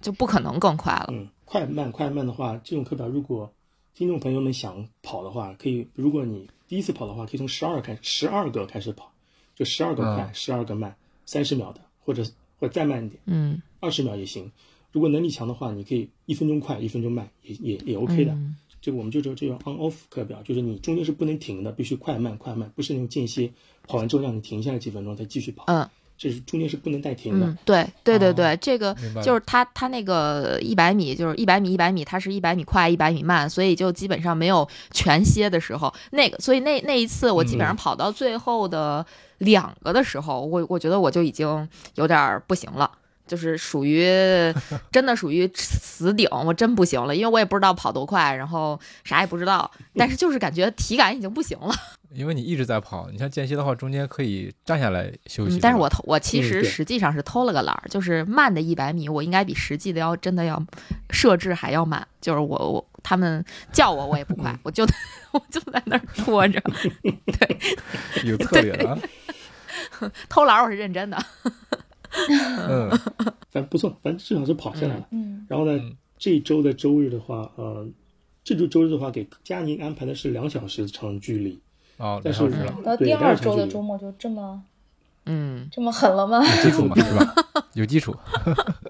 B: 就不可能更快了。
D: 嗯，快慢快慢的话，这种课表如果听众朋友们想跑的话，可以，如果你第一次跑的话，可以从十二开十二个开始跑，就十
B: 嗯
D: 二个快，十二、个慢，三十秒的，或者或者再慢一点，
B: 嗯
D: 二十秒也行。如果能力强的话，你可以一分钟快，一分钟慢，也也也 OK 的。
B: 嗯
D: 这个我们就叫这种 on off 课表，就是你中间是不能停的，必须快慢快慢，不是那种间歇跑完之后让你停下来几分钟再继续跑，
B: 嗯，
D: 这是中间是不能带停的。
B: 嗯，对对对
D: 哦
B: 对，这个
C: 明白了
B: 就是它它那个一百米就是一百米一百米，它是一百米快一百米慢，所以就基本上没有全歇的时候。那个，所以那那一次我基本上
C: 嗯
B: 跑到最后的两个的时候，我我觉得我就已经有点儿不行了。就是属 于真的属于死顶，我真不行了，因为我也不知道跑多快，然后啥也不知道，但是就是感觉体感已经不行了。
C: 因为你一直在跑，你像间歇的话，中间可以站下来休息。
B: 嗯，但是
C: 对吧
B: 我偷，我其
D: 嗯
B: 实
D: 对
B: 实际上是偷了个懒儿，就是慢的一百米，我应该比实际的要真的要设置还要慢。就是我我他们叫我我也不快，我就我就在那儿拖着
C: 有策略 了啊，
B: 偷懒，我是认真的。
C: 嗯，
D: 反正不错，反正至少是跑下来了。
A: 嗯
D: 然后呢，
C: 嗯
D: 这周的周日的话，呃，这周周日的话给佳宁安排的是两小时的长距离，
C: 哦，
D: 但
C: 两
D: 是
C: 小时了，
A: 到
D: 对
A: 第
D: 两
A: 二
D: 小时
A: 周
D: 距
A: 的
D: 离
A: 周末就这么
B: 嗯
A: 这么狠了吗？
C: 有基础嘛，是吧？有基础，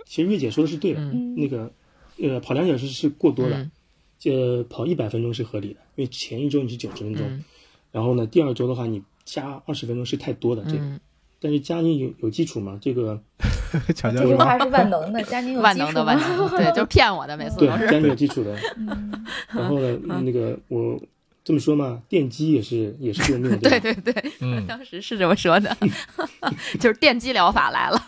D: 其实月姐说的是对的，
B: 嗯
A: 嗯
D: 那个呃跑两小时是过多的，
B: 嗯
D: 呃跑一百分钟是合理的，因为前一周你是九十分钟，
B: 嗯
D: 然后呢第二周的话你加二十分钟是太多的，这个、
B: 嗯，
D: 但是佳宁有有基础嘛，这个
C: 强加
A: 这句
C: 说，
A: 话是万能的，佳宁有
B: 万
A: 基
B: 能
A: 础
B: 的万
A: 吗？
B: 能 的，对，就是骗我的，每次
D: 对
B: 都是。
D: 佳宁有基础的，
A: 嗯
D: 然后呢那个我这么说嘛，电击也是也是 救命的，
B: 对
D: 吧
B: 对对，
C: 嗯，
B: 当时是这么说的，就是电击疗法来了。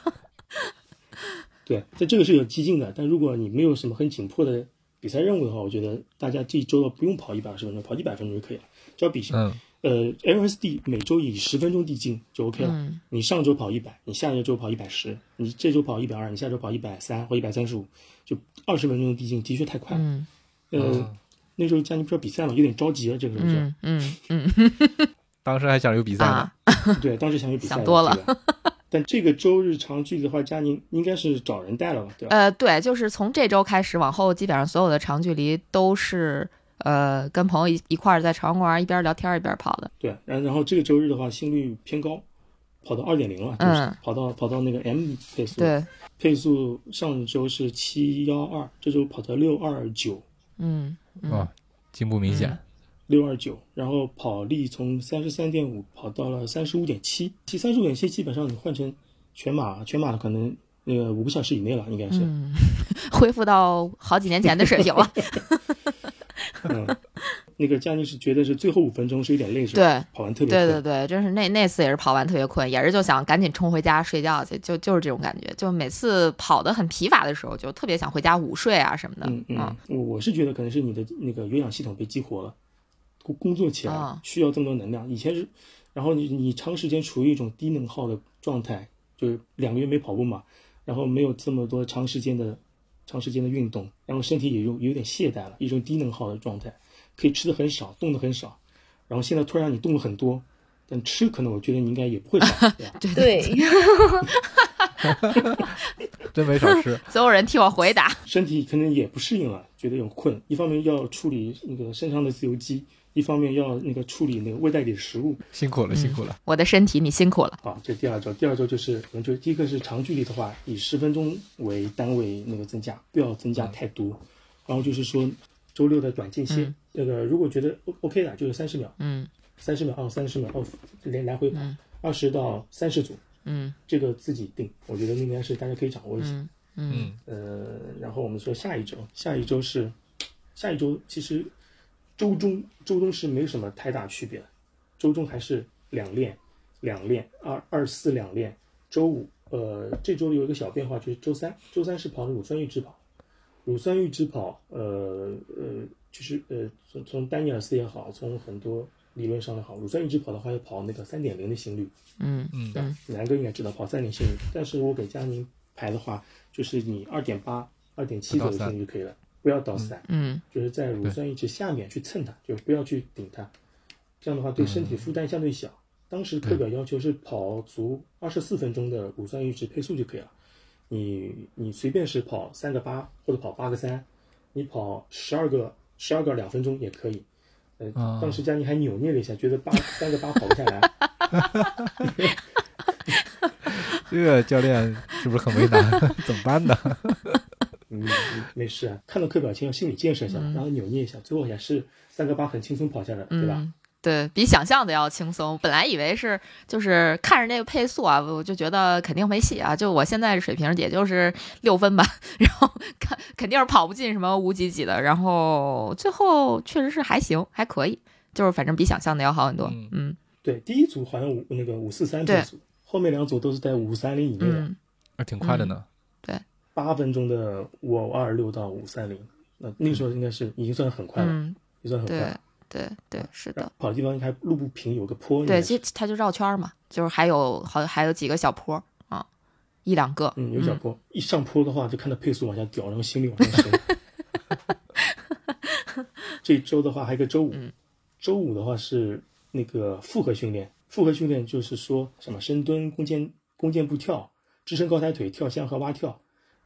D: 对，在这个是有激进的，但如果你没有什么很紧迫的比赛任务的话，我觉得大家这一周不用跑一百二十分钟，跑一百分钟就可以了，只要比、
C: 嗯
D: 呃 LSD 每周以十分钟递进就 OK 了。
B: 嗯
D: 你上周跑一百，你下一周跑一百十，你这周跑一百二，你下周跑一百三或一百三十五，就二十分钟递进的确太快了。
B: 嗯
D: 呃，那时候佳宁不是要比赛嘛，有点着急了，这个时候
B: 嗯嗯嗯
C: 当时还想着有比赛呢
B: 啊，，
D: 对，当时想去比赛，
B: 想多了
D: 对吧。但这个周日长距离的话，佳宁应该是找人带了吧，对吧？
B: 呃，对，就是从这周开始往后，基本上所有的长距离都是呃跟朋友一一块儿在朝阳公园一边聊天儿一边跑的。
D: 对，呃然然后这个周日的话，心率偏高，跑到二点零了，就是、
B: 嗯
D: 跑到跑到那个 M 配速，，
B: 对，
D: 配速上周是七幺二，这周跑到六二九，
B: 嗯
C: 啊，进步明显，
D: 六二九，然后跑力从三十三点五跑到了三十五点七，其三十五点七基本上你换成全马，全马可能那个五个小时以内了，应该是，
B: 嗯， 恢复到好几年前的水平 了。
D: 嗯，那个佳宁是觉得是最后五分钟是有点累，是吧？
B: 对，
D: 跑完特别
B: 对
D: 快
B: 对对，真是那那次也是跑完特别困，也是就想赶紧冲回家睡觉去，就就是这种感觉。就每次跑得很疲乏的时候，就特别想回家午睡啊什么的。
D: 嗯嗯，我我是觉得可能是你的那个有氧系统被激活了，工工作起来
B: 啊
D: 需要这么多能量。以前是，然后你你长时间处于一种低能耗的状态，就是两个月没跑步嘛，然后没有这么多长时间的长时间的运动，然后身体也有有点懈怠了，一种低能耗的状态，可以吃的很少，动的很少，然后现在突然让你动了很多，但吃可能我觉得你应该也不会少，对吧？
B: 对对，
A: 对，
B: 嗯
C: 真没少吃，
B: 所有人替我回答。
D: 身体可能也不适应了，觉得有困。一方面要处理那个身上的自由基，一方面要那个处理那个胃袋里的食物。啊
C: 辛苦了，辛苦了，
B: 我的身体，你辛苦了。
D: 好，这第二周，第二周就是我们就第一个是长距离的话，以十分钟为单位那个增加，不要增加太多。然后就是说周六的短间歇，
B: 嗯
D: 那个如果觉得 O OK 的，就是三十秒，
B: 嗯
D: 三十秒 on，三十秒 off，连来回跑
B: 嗯
D: 二十到三十组，
B: 嗯
D: 这个自己定，我觉得应该是大家可以掌握一下。
B: 嗯嗯
C: 嗯
D: 呃，然后我们说下一周，下一周是下一周，其实周中周中是没有什么太大区别的，周中还是两练，两练二二四两练，周五呃这周有一个小变化，就是周三，周三是跑乳酸阈值跑，乳酸阈值跑，呃呃就是呃从从丹尼尔斯也好，从很多理论上也好，乳酸阈值跑的话要跑那个三点零的心率，
B: 嗯
C: 嗯
D: 对，南哥应该知道跑三点心率，但是我给佳宁排的话，就是你二点八、二点七
C: 不
D: 左
C: 到
D: 右
C: 三
D: 心率就可以了，不要到三，
B: 嗯
D: 就是在乳酸阈值下面去蹭它，就不要去顶它，这样的话对身体负担相对小。当时课表要求是跑足二十四分钟的乳酸阈值配速就可以了，你你随便是跑三个八或者跑八个三，你跑十二个十二个两分钟也可以。呃，
C: 啊
D: 当时佳宁还扭捏了一下，觉得八三个八跑不下来。
C: 这个教练是不是很为难？怎么办呢？
D: 嗯，没事啊。看到课表前要心理建设一下，
B: 嗯
D: 然后扭捏一下，最后也是三个八很轻松跑下来，对吧？
B: 嗯对比想象的要轻松。本来以为是就是看着那个配速啊，我就觉得肯定没戏啊。就我现在水平也就是六分吧， 然后看肯定是跑不进什么五几几的。然后最后确实是还行，还可以，就是反正比想象的要好很多。
C: 嗯
B: 嗯
D: 对，第一组好像五那个五四三
B: 对
D: 配速，后面两组都是在五三零以内的，
B: 嗯
C: 还挺快的呢。
D: 八、分钟的五二六到五三零，那那时候应该是已经算很快了，
B: 嗯，
D: 也算很
B: 对
D: 快。
B: 对对，是的。
D: 跑的地方还路不平，有个坡。应
B: 对，
D: 该是
B: 其实它就绕圈儿嘛，就是还有好还有几个小坡啊，一两个。
D: 嗯，有小坡，一上坡的话就看到配速往下掉，然后心率往上升。 这周的话还有一个周五，
C: 嗯
D: 周五的话是那个复合训练，复合训练就是说什么深蹲、弓箭、弓箭步跳、支撑高抬腿、跳箱和蛙跳，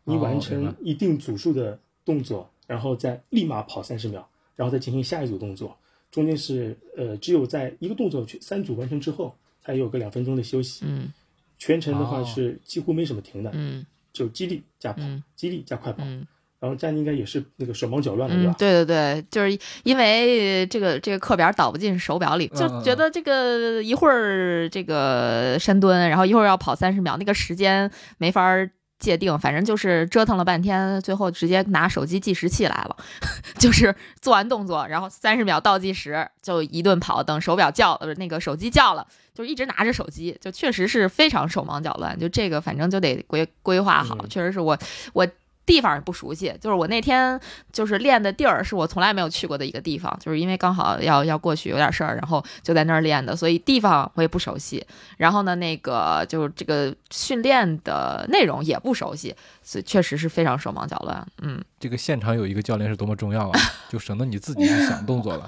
D: 你
C: 哦
D: 完
C: 明
D: 成
C: 白
D: 一定组数的动作，然后再立马跑三十秒，然后再进行下一组动作，中间是呃只有在一个动作去三组完成之后，才有个两分钟的休息。
B: 嗯
D: 全程的话
C: 哦
D: 是几乎没什么停的，
B: 嗯
D: 就激励加跑
B: 嗯，
D: 激励加快跑，
B: 嗯
D: 然后站应该也是那个手忙脚乱的，对
B: 嗯，
D: 吧？
B: 对对对，就是因为这个这个课表导不进手表里，就
C: 嗯嗯
B: 觉得这个一会儿这个深蹲，然后一会儿要跑三十秒，那个时间没法儿界定，反正就是折腾了半天，最后直接拿手机计时器来了， 就是做完动作，然后三十秒倒计时，就一顿跑，等手表叫呃那个手机叫了，就一直拿着手机，就确实是非常手忙脚乱。就这个反正就得规规划好，
D: 嗯
B: 确实是我我。地方也不熟悉，就是我那天就是练的地儿是我从来没有去过的一个地方，就是因为刚好要要过去有点事儿，然后就在那儿练的，所以地方我也不熟悉。然后呢，那个就是这个训练的内容也不熟悉，所以确实是非常手忙脚乱。嗯，
C: 这个现场有一个教练是多么重要啊，就省得你自己去想动作了，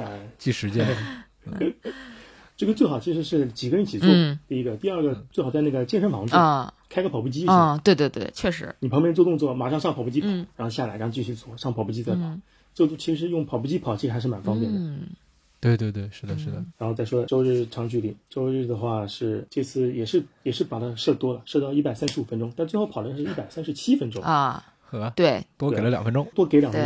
D: 啊，
C: 记 时间。
D: 这个最好其实是几个人一起做，
B: 嗯
D: 第一个，第二个最好在那个健身房做，
B: 啊
D: 开个跑步机一下，
B: 啊，对对对，确实，
D: 你旁边做动作，马上上跑步机跑，
B: 嗯
D: 然后下来，然后继续做，上跑步机再跑。
B: 嗯
D: 这都其实用跑步机跑，其实还是蛮方便的。
B: 嗯
C: 对对对，是的，是的，
D: 然后再说周日长距离，周日的话是这次也是也是把它设多了，设到一百三十五分钟，但最后跑的是一百三十七分钟，
B: 啊，
C: 呵，
B: 对
C: 多给了两分钟。
D: 多给两分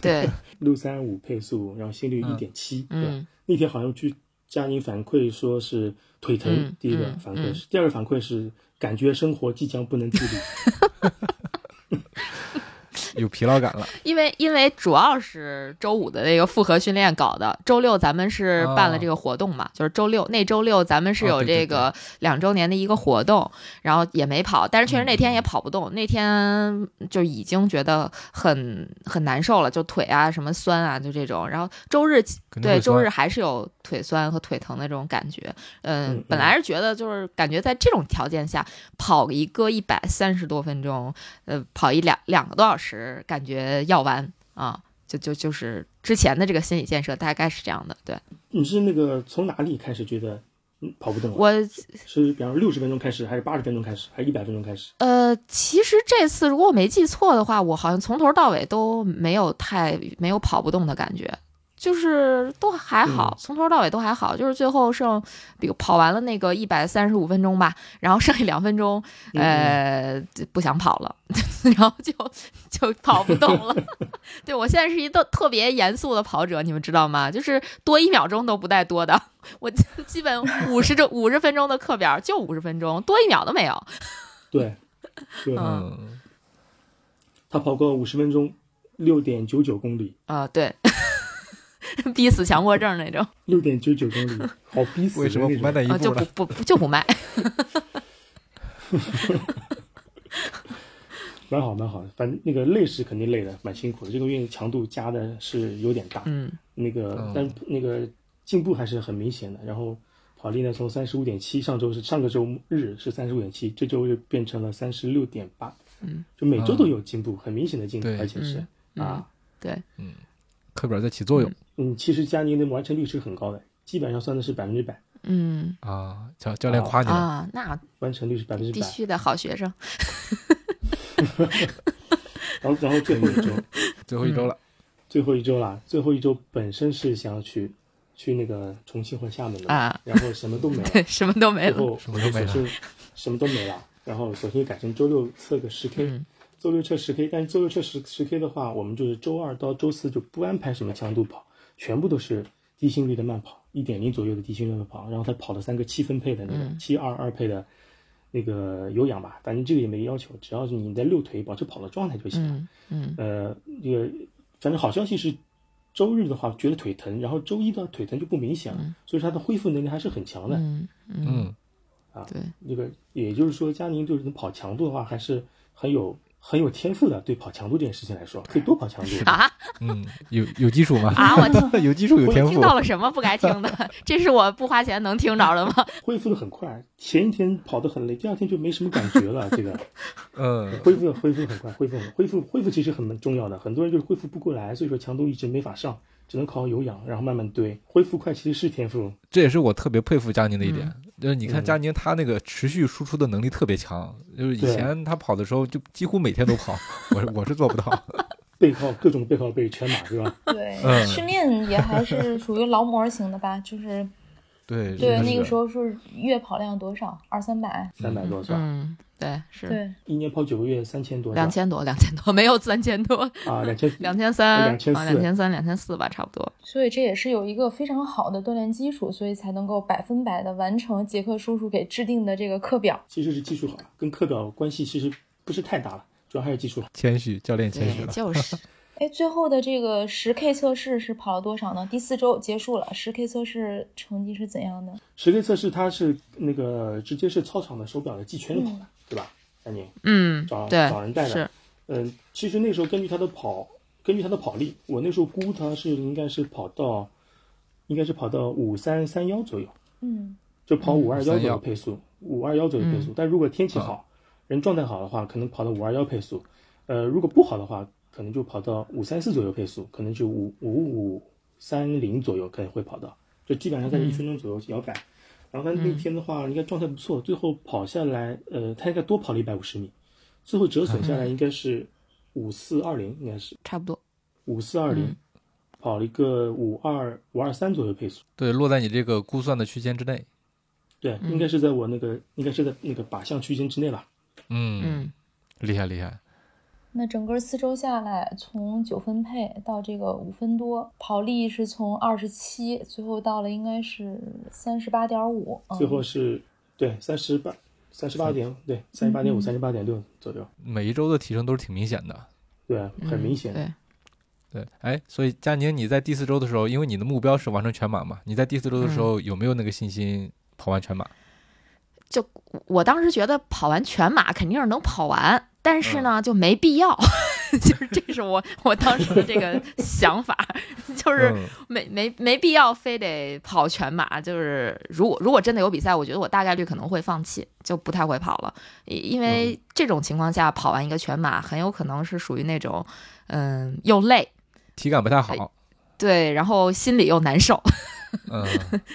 B: 对
D: 钟，
B: 对，
D: 六三五配速，然后心率一点七，对吧
B: 嗯
D: 那天好像去佳音反馈说是腿疼，
B: 嗯
D: 第一个
B: 嗯
D: 反馈是，第二个反馈是感觉生活即将不能自理。
C: 有疲劳感了，
B: 因为因为主要是周五的那个复合训练搞的，周六咱们是办了这个活动嘛，就是周六那周六咱们是
C: 哦
B: 有
C: 对对
B: 这个两周年的一个活动，然后也没跑，但是确实那
C: 嗯
B: 天也跑不动，那天就已经觉得很很难受了，就腿啊什么酸啊就这种，然后周日
C: 肯定
B: 对
C: 会
B: 周
C: 酸
B: 日还是有腿酸和腿疼的这种感觉，嗯，
D: 嗯
B: 本来是觉得就是感觉在这种条件下跑一个一百三十多分钟，呃，跑一两两个多小时，感觉要完啊，就就就是之前的这个心理建设大概是这样的。对
D: 你是那个从哪里开始觉得嗯跑不动了？
B: 我
D: 是比方说六十分钟开始，还是八十分钟开始，还是一百分钟开始？
B: 呃，其实这次如果我没记错的话，我好像从头到尾都没有太没有跑不动的感觉，就是都还好，
D: 嗯
B: 从头到尾都还好。就是最后剩，比如跑完了那个一百三十五分钟吧，然后剩下两分钟，
D: 嗯
B: 呃，就不想跑了， 然后就就跑不动了。 对我现在是一个特别严肃的跑者，你们知道吗？就是多一秒钟都不带多的，我基基本五十五十分钟的课表就五十分钟，多一秒都没有。
D: 对，对，
B: 嗯
C: 嗯，
D: 他跑过五十分钟，六点九九公里，
B: 啊、对， 逼死强迫症那种，
D: 六点九九 公里，好逼死 人
C: 为什么不迈那
D: 那种
C: 一
B: 啊、就
C: 步
B: 不
C: 呢？
B: 不不就不卖。
D: 蛮好蛮好的，反正那个累是肯定累的，蛮辛苦的。这个月强度加的是有点大，
B: 嗯
D: 那个
C: 嗯，
D: 但那个进步还是很明显的。然后跑力呢，从三十五点七，上周是上个周日是三十五点七，这周又变成了三十六点八，
B: 嗯，
D: 就每周都有进步，很明显的进步，
C: 对
D: 而且是、
B: 嗯
D: 啊，
C: 嗯课表在起作用
D: 嗯，其实佳宁的完成率是很高的，基本上算的是百分之百，
B: 嗯
C: 啊！教教练夸你了，
B: 啊，那
D: 完成率是百分之
B: 必
D: 百。
B: 须的好学生。
D: 然后然后最后一周，
C: 最后一周了，
D: 最后一周啦，最后一周本身是想要去去那个重庆或厦门的嘛，
B: 啊
D: 然后什么都没 了，
B: 对，什么都没了。
D: 最后
C: 什么都没了
D: 索性什么都没了，然后索性改成周六测个十 K，、
B: 嗯
D: 周六测十 K，但是周六测十十 K 的话，我们就是周二到周四就不安排什么强度跑，全部都是低心率的慢跑，一点零左右的低心率慢跑，然后他跑了三个七分配的那个七二二配的那个有氧吧，反正这个也没要求，只要是你在遛腿保持跑的状态就行了。
B: 嗯嗯
D: 呃，这个反正好消息是，周日的话觉得腿疼，然后周一的腿疼就不明显了，所以说他的恢复能力还是很强的。
B: 嗯嗯，
C: 嗯，
B: 对，
D: 这个也就是说，佳宁对这种跑强度的话，还是很有很有天赋的。对跑强度这件事情来说，可以多跑强度。
B: 啊
C: 嗯，有有基础吗？
B: 啊我听
C: 有基础有天
B: 听
C: 赋，
B: 到了什么不该听的？这是我不花钱能听着的吗？
D: 恢复的很快，前一天跑得很累，第二天就没什么感觉了。这个
C: 嗯
D: 恢复恢复得很快，恢复恢复恢复其实很重要的，很多人就是恢复不过来，所以说强度一直没法上，只能靠有氧，然后慢慢堆。恢复快其实是天赋，
C: 这也是我特别佩服佳宁的一点，
B: 嗯
C: 就是你看佳宁她那个持续输出的能力特别强，就是以
D: 对
C: 前她跑的时候就几乎每天都 跑，我是我是做不 到，
D: 背靠各种背靠背全马是吧？
A: 对，
C: 嗯
A: 训练也还是属于劳模型的吧，就是
C: 对
A: 对那个时
C: 候
A: 候是月跑量多少？二三百。
D: 三百多是吧？
B: 嗯，对，是
A: 对，
D: 一年跑九个月，三千多是吧
B: 两千多，两千多，没有三千多，
D: 啊，两千
B: 两千三，啊，
D: 2400
B: 两千三，两千四吧，差不多。
A: 所以这也是有一个非常好的锻炼基础，所以才能够百分百的完成杰克叔叔给制定的这个课表。
D: 其实是技术好，跟课表关系其实不是太大了，主要还是技术好。
C: 谦虚，教练谦虚
B: 对，
C: 了，
B: 就是，
A: 哎，最后的这个十 K 测试是跑了多少呢？第四周结束了，十 K 测试成绩是怎样的？
D: 十 K 测试它是那个直接是操场的手表的计圈跑的，对吧？丹宁
B: 嗯
D: 找，
B: 对
D: 找人带，的
B: 是，
D: 嗯，其实那时候根据他的跑，根据他的跑力，我那时候估他是应该是跑到，应该是跑到五三三幺左右，
A: 嗯，
D: 就跑五二幺左
C: 321
D: 右配速，五二幺左右配速。但如果天气好，人状态好的话，可能跑到五二幺配速。呃，如果不好的话，可能就跑到五三四左右配速，可能就五五五三零左右可能会跑到，就基本上在一分钟左右摇摆。然后他那天的话，应该状态不错，最后跑下来，呃，他应该多跑了一百五十米，最后折损下来应该是五四二零，应该是
B: 差不多。
D: 五四二零
B: 嗯，
D: 跑了一个五二五二三左右配速。
C: 对，落在你这个估算的区间之内，
D: 对，
B: 嗯
D: 应该是在我那个，应该是在那个靶向区间之内吧。
C: 嗯，
B: 嗯，
C: 厉害厉害，
A: 那整个四周下来，从九分配到这个五分多，跑力是从二十七，最后到了应该是三十八点五。
B: 哦
D: 最后
A: 嗯、
D: 是对三十八三十八点对三十八
B: 嗯
D: 点五三十八点六左右，
C: 每一周的提升都是挺明显的。
D: 对啊，很明显。
B: 嗯对，
C: 对，哎，所以佳宁，你在第四周的时候，因为你的目标是完成全马嘛，你在第四周的
B: 嗯
C: 时候有没有那个信心跑完全马？
B: 我当时觉得跑完全马肯定是能跑完，但
C: 嗯
B: 是呢就没必要， 就是这是我我当时的这个想法， 就是
C: 嗯
B: 没没没必要非得跑全马。就是如果如果真的有比赛，我觉得我大概率可能会放弃，就不太会跑了，因
C: 嗯
B: 因为这种情况下跑完一个全马，很有可能是属于那种嗯又累，
C: 体感不太
B: 哎
C: 好，
B: 对，然后心里又难受，
C: 嗯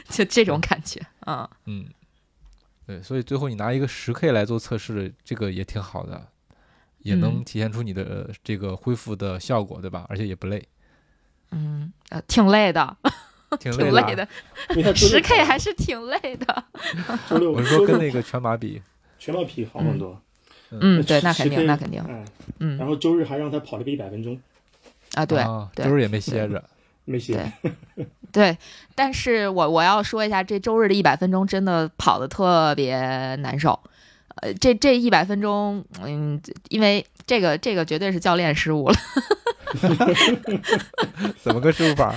B: 就这种感觉，嗯。
C: 嗯，对，所以最后你拿一个十 K 来做测试，这个也挺好的，也能
B: 嗯
C: 体现出你的这个恢复的效果，对吧？而且也 不累，
B: 嗯，呃，挺累的，
C: 挺
B: 挺
C: 的啊。
B: 累的，
D: 因为他周
B: 十
D: 六
B: K 还是挺累的。
D: 周六
C: 我是说
D: 周
C: 跟
D: 六
C: 那个全马比，
D: 全马匹好很多。
B: 嗯，对，那
D: 10
B: 肯
D: 10K
B: 定，那肯定，
D: 嗯，然
B: 嗯
D: 后周日还让他跑了个一百分钟，
B: 啊， 对
C: 啊
B: 对
C: 周日也没歇着，
D: 没写。
B: 对。但是我我要说一下，这周日的一百分钟真的跑得特别难受。呃，这这一百分钟，嗯，因为这个这个绝对是教练失误了，
C: 怎么个输法？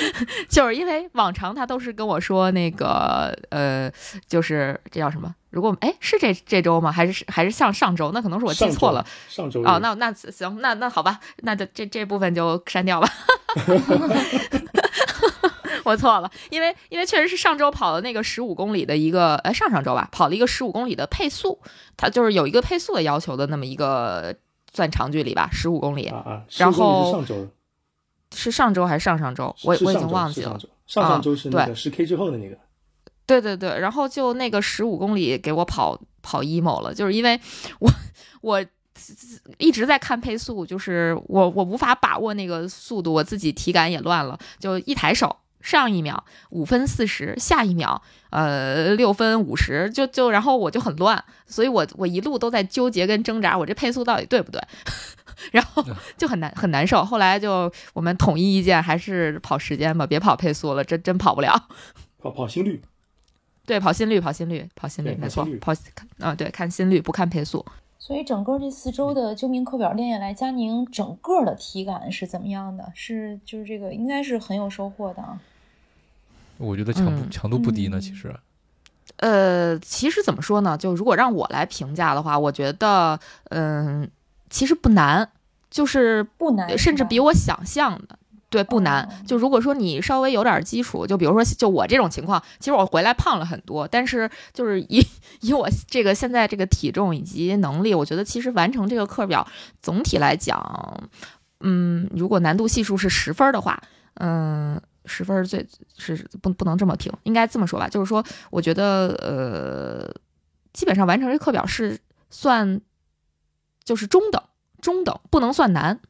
B: 就是因为往常他都是跟我说那个呃，就是这叫什么？如果哎是这这周吗？还是还是像上周？那可能是我记
D: 上周
B: 错了，
D: 上周日
B: 哦，那那行，那那好吧，那就这这部分就删掉吧。 我错了，因为因为确实是上周跑的那个十五公里的一个，呃，上上周吧，跑了一个十五公里的配速，它就是有一个配速的要求的那么一个算长距离吧，十五公里
D: 啊啊，十
B: 然
D: 公里是
B: 后
D: 上周，
B: 是上周还是上上周？我
D: 是
B: 我已
D: 上
B: 经
D: 周
B: 忘
D: 是
B: 记了
D: 上。周上上
B: 啊
D: 周是那
B: 对
D: 个十 K 之后的那个，
B: 对对对，然后就那个十五公里给我跑跑 emo 了，就是因为我我一直在看配速，就是我我无法把握那个速度，我自己体感也乱了，就一抬手。上一秒五分四十，下一秒呃六分五十，就就然后我就很乱，所以我我一路都在纠结跟挣扎，我这配速到底对不 对？然后就很难很难受。后来就我们统一意见，还是跑时间吧，别跑配速了，真真跑不了。
D: 跑跑心率，
B: 对，跑心率，跑心率，跑心率，
D: 对
B: 没错
D: 跑心率，
B: 跑啊、对，看心率不看配速。
A: 所以整个这四
B: 嗯
A: 周的救命课表练下来，佳宁整个的体感是怎么样的？是就是这个应该是很有收获的啊。
C: 我觉得强度
B: 嗯
C: 强度不低呢，
A: 嗯
C: 其实
B: 呃，其实怎么说呢？就如果让我来评价的话，我觉得，嗯，其实不难，就是
A: 不难
B: 呃甚至比
A: 我
B: 我想象的。对，不难
A: 哦。
B: 就如果说你稍微有点基础，就比如说就我这种情况，其实我回来胖了很多，但是就是以以我这个现在这个体重以及能力，我觉得其实完成这个课表总体来讲，嗯，如果难度系数是十分儿的话，嗯，十分儿最是不不能这么评，应该这么说吧，就是说，我觉得呃，基本上完成这课表是算就是中等，中等不能算难，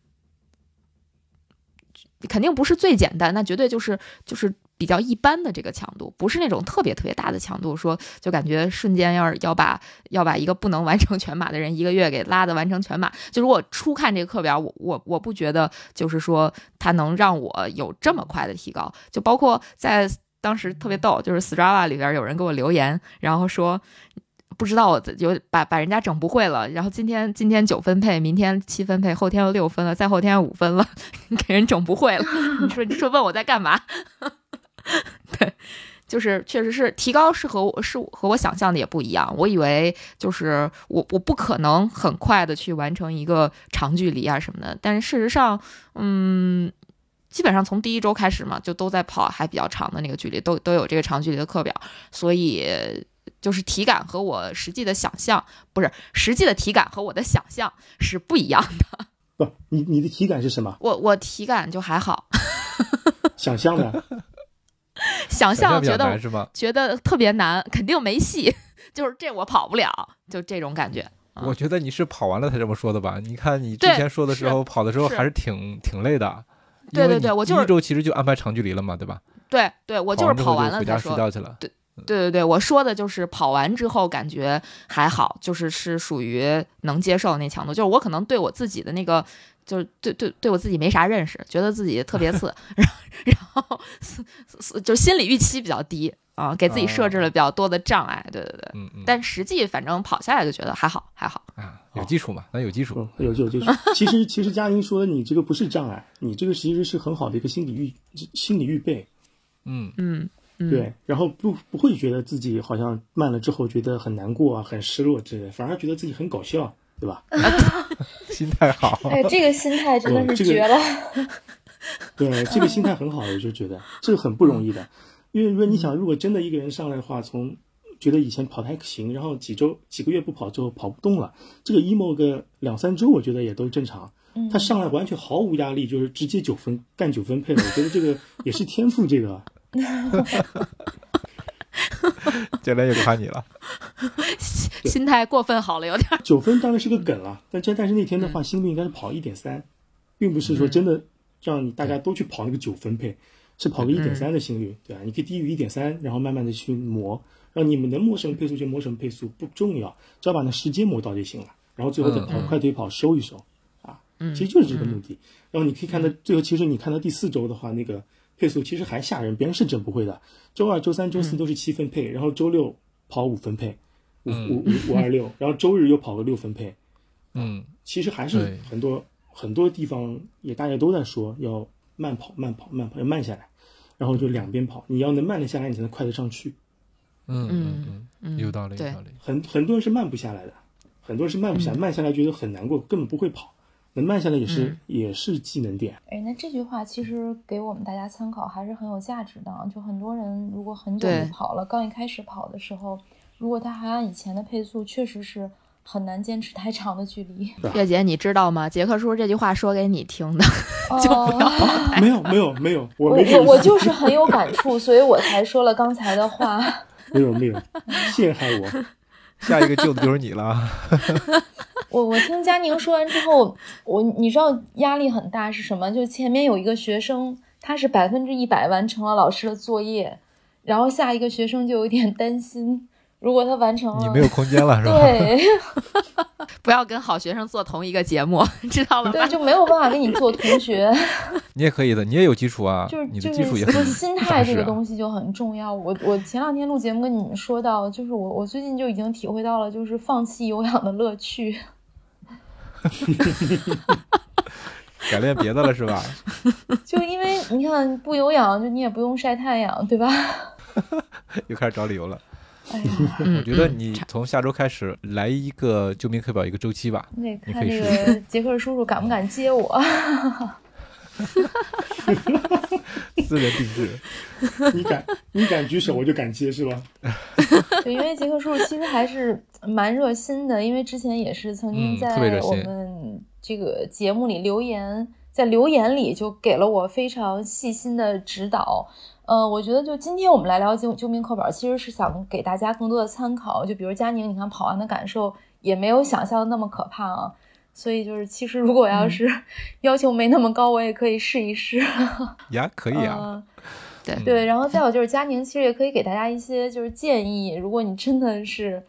B: 肯定不是最简单，那绝对就是就是。比较一般的这个强度，不是那种特别特别大的强度，说就感觉瞬间要要把要把一个不能完成全马的人一个月给拉的完成全马。就如果初看这个课表，我我我不觉得就是说它能让我有这么快的提高。就包括在当时特别逗，就是 Strava 里边有人给我留言，然后说。不知道我自有把把人家整不会了，然后今天今天九分配，明天七分配，后天又六分了，再后天又五分了，给人整不会了。 你说你说问我在干嘛？ 对，就是确实是提高是和我是和我想象的也不一样。我以为就是我我不可能很快的去完成一个长距离啊什么的，但是事实上，嗯，基本上从第一周开始嘛，就都在跑还比较长的那个距离，都都有这个长距离的课表，所以就是体感和我实际的想象不是实际的体感和我的想象是不一样的。
D: 不，你你的体感是什么？
B: 我我体感就还好，
D: 想象的，
B: 想
C: 想象
B: 象
C: 比较
B: 觉得
C: 难是吧？
B: 觉得特别难，肯定没戏， 就是这我跑不了，就这种感觉。啊
C: 我觉得你是跑完了才这么说的吧？你看你之
B: 对
C: 前说的时
B: 是
C: 候，跑的时候
B: 是
C: 还是挺挺累的。
B: 对
C: 因为
B: 对对
C: 你
B: 我就
C: 第一
B: 是
C: 周其实就安排长距离了嘛，对吧？
B: 对对，我
C: 我
B: 就是跑完
C: 完之
B: 了
C: 后
B: 才
C: 回家睡
B: 说。
C: 觉去了。
B: 对对对，我说的就是跑完之后感觉还好，就是是属于能接受的那强度。就是我可能对我自己的那个，就是对对对我自己没啥认识，觉得自己特别 次，然后然后是是就是心理预期比较低啊，给自己设置了比较多的障碍。对对对，
C: 哦嗯嗯。
B: 但实际反正跑下来就觉得还好还好。
C: 啊，有基础嘛，咱有基础。
D: 嗯，有有就是，其实其实佳宁说你这个不是障碍，你这个其实是很好的一个心理预心理预备，
C: 嗯，
B: 嗯嗯，
D: 对，然后不不会觉得自己好像慢了之后觉得很难过啊，很失落之类的，反而觉得自己很搞笑，对吧？
C: 心 态好。
A: 哎，这个心态真的
D: 嗯
A: 是
D: 这个
A: 绝了。
D: 对，这个心态很好，我就觉得这个很不容易的，因为如果你想，如果真的一个人上来的话，从觉得以前跑的还行，然后几周几个月不跑之后跑不动了，这个 emo 个两三周，我觉得也都正常。
A: 嗯
D: 他上来完全毫无压力，就是直接九分干九分配了，我觉得这个也是天赋，这个啊
C: 教练又夸你 了。
B: 心态过分好了有点儿。
D: 九分当然是个梗了，但这但是那天的话，心率应该是跑一点三，并不是说真的让你大家都去跑那个九分配，是跑个一点三的心率，对吧、你可以低于一点三，然后慢慢的去磨，让你们能磨什么配速就磨什么配速，不重要，只要把那时间磨到就行了，然后最后再跑快腿跑收一收，啊，其实就是这个目的。然后你可以看到最后，其实你看到第四周的话，那个配速其实还吓人，别人是整不会的。周二、周三、周四都是七分配，然后周六跑五分配，五五五五二六，然后周日又跑个六分配，
C: 嗯，
D: 其实还是
C: 对
D: 很多很多地方也大家都在说要慢跑、慢跑、慢跑，要慢下来，然后就两边跑，你要能慢得下来，你才能快得上去。
C: 嗯
B: 嗯
C: 嗯
B: 嗯，
C: 嗯，有道理，有
B: 对
C: 道，理。
D: 很很多人是慢不下来的，很多人是慢不下，
A: 嗯
D: 慢下来觉得很难过，根本不会跑。能慢下来也是、也是技 能点，
A: 哎，那这句话其实给我们大家参考还是很有价值的啊。就很多人如果很久
B: 对
A: 不跑了，刚一开始跑的时候，如果他还按以前的配速，确实是很难坚持太长的距离。
B: 月姐，你知道吗？杰克叔这句话说给你听的， 就不要
A: 哦
D: 没有没有没有，我
A: 我
D: 没这个
A: 我我
D: 意思
A: 就是很有感触，所以我才说了刚才的话。
D: 没有没有陷害我，
C: 下一个救的就是你 了啊。
A: 我我听佳宁说完之后，我你知道压力很大是什么？就前面有一个学生他是百分之一百完成了老师的作业，然后下一个学生就有点担心，如果他完成了，
C: 你没有空 间了是吧？
A: 哦对
B: 不要跟好学生做同一个节目， 知道了吗？
A: 对，就没有办法跟你做同学。
C: 你也可以的，你也有基础啊，
A: 就是
C: 你
A: 就
C: 的
A: 是
C: 基础也
A: 说
C: 很啊
A: 心态这个
C: 西。
A: 东西就很重要。我我前两天录节目跟你们说到，就是我我最近就已经体会到了，就是放弃有氧的乐趣。
C: 改练别的了是吧？
A: 就因为你看不有氧，就你也不用晒太阳，对吧？
C: 又开始找理由了。
A: 哎呀，
C: 我觉
B: 嗯
C: 得你从下周开始来一个救命课表一个周期吧。
A: 你得
C: 你
A: 看
C: 可以
A: 那
C: 试
A: 个 杰克叔叔敢不敢接我。
C: 私人定 制，
D: 你敢你敢举手，我就敢接，是吧？
A: 对，因为杰克叔叔其实还是蛮热心的，因为之前也是曾经
C: 嗯特别热
A: 在我
C: 心
A: 们这个节目里留言，在留言里就给了我非常细心的指导。呃，我觉得就今天我们来聊救救命课本，其实是想给大家更多的参考。就比如佳宁，你看跑完的感受也没有想象的那么可怕啊。所以就是，其实如果
C: 嗯
A: 要是 要求没那么高，我也可以试一试。
C: 呀，可以
B: 哦
A: 嗯
C: 啊，
B: 对
A: 对，然后再有就是佳宁，其实也可以给大家一些就是建议，如果你真的是。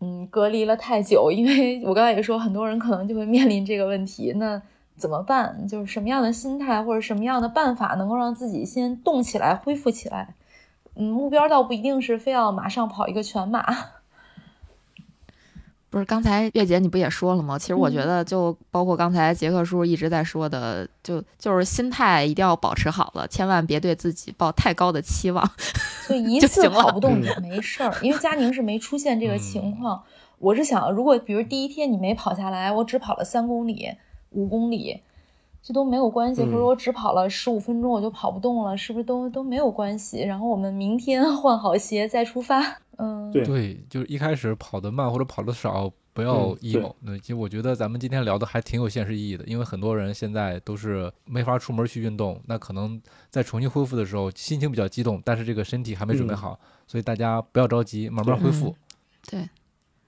A: 嗯，隔离了太久，因为我刚才也说，很多人可能就会面临这个问题，那怎么办？就是什么样的心态或者什么样的办法能够让自己先动起来、恢复起来？嗯，目标倒不一定是非要马上跑一个全马，
B: 不是，刚才月姐你不也说了吗？其实我觉得，就包括刚才杰克叔一直在说的，就就是心态一定要保持好了，千万别对自己抱太高的期望。
A: 所以一
B: 就
A: 次
B: 行了
A: 跑不
D: 嗯
A: 动也没事儿，因为佳宁是没出现这个情况。我是想，如果比如第一天你没跑下来，我只跑了三公里、五公里，这都没有关系。
D: 嗯
A: 或者我只跑了十五分钟我就跑不动了，是不是都都没有关系？然后我们明天 换好鞋再出发。嗯，
D: 对
C: 对，就是一开始跑得慢或者跑得少，不要
D: 嗯
C: emo。那其实我觉得咱们今天聊的还挺有现实意义的，因为很多人现在都是没法出门去运动，那可能在重新恢复的时候心情比较激动，但是这个身体还没准备
D: 嗯
C: 好，所以大家不要着急，慢慢恢复。
B: 对，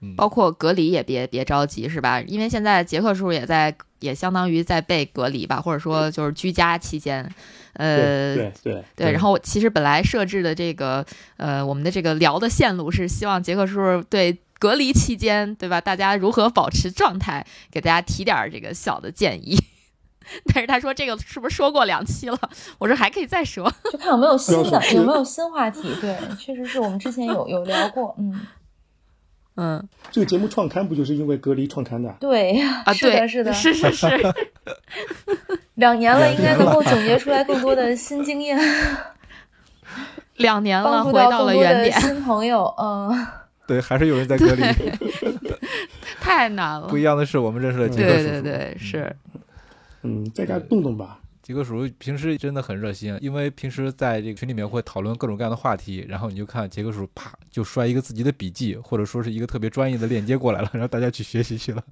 C: 嗯，
B: 包括隔离也别别着急，是吧？因为现在杰克叔也在，也相当于在被隔离吧，或者说就是居家期间，呃，
D: 对对
B: 对，
C: 对
B: 然后我其实本来设置的这个呃，我们的这个聊的线路是希望杰克叔叔对隔离期间，对吧？大家如何保持状态，给大家提点儿这个小的建议。 但是他说这个是不是说过两期了？我说还可以再说。
A: 就看有没有新
D: 不要
A: 的
D: 说，吃
A: 有没有新话题。对，确实是我们之前有有聊过。嗯，
B: 嗯
D: 这个节目创刊不就是因为隔离创刊的？
A: 对，
B: 啊，
A: 是的，
B: 对，
A: 是的，
B: 是 是是，
A: 两年了，
D: 两
A: 应该
D: 年
A: 能
D: 了
A: 够总结出来更多的新经 验。
B: 两年了，
A: 帮助
B: 回
A: 更
B: 到
A: 多
B: 了原
A: 的
B: 点，
A: 新朋友，嗯，
C: 对，还是有人在隔离。
B: 太难了
C: 不。一样的是，我们认识了杰克
B: 对
C: 叔叔。
B: 对对，是，
D: 嗯，在家动动吧。
C: 杰克叔叔平时真的很热心，因为平时在这个群里面会讨论各种各样的话题，然后你就看杰克叔叔啪就摔一个自己的笔记，或者说是一个特别专业的链接过来了， 然后大家去学习去了。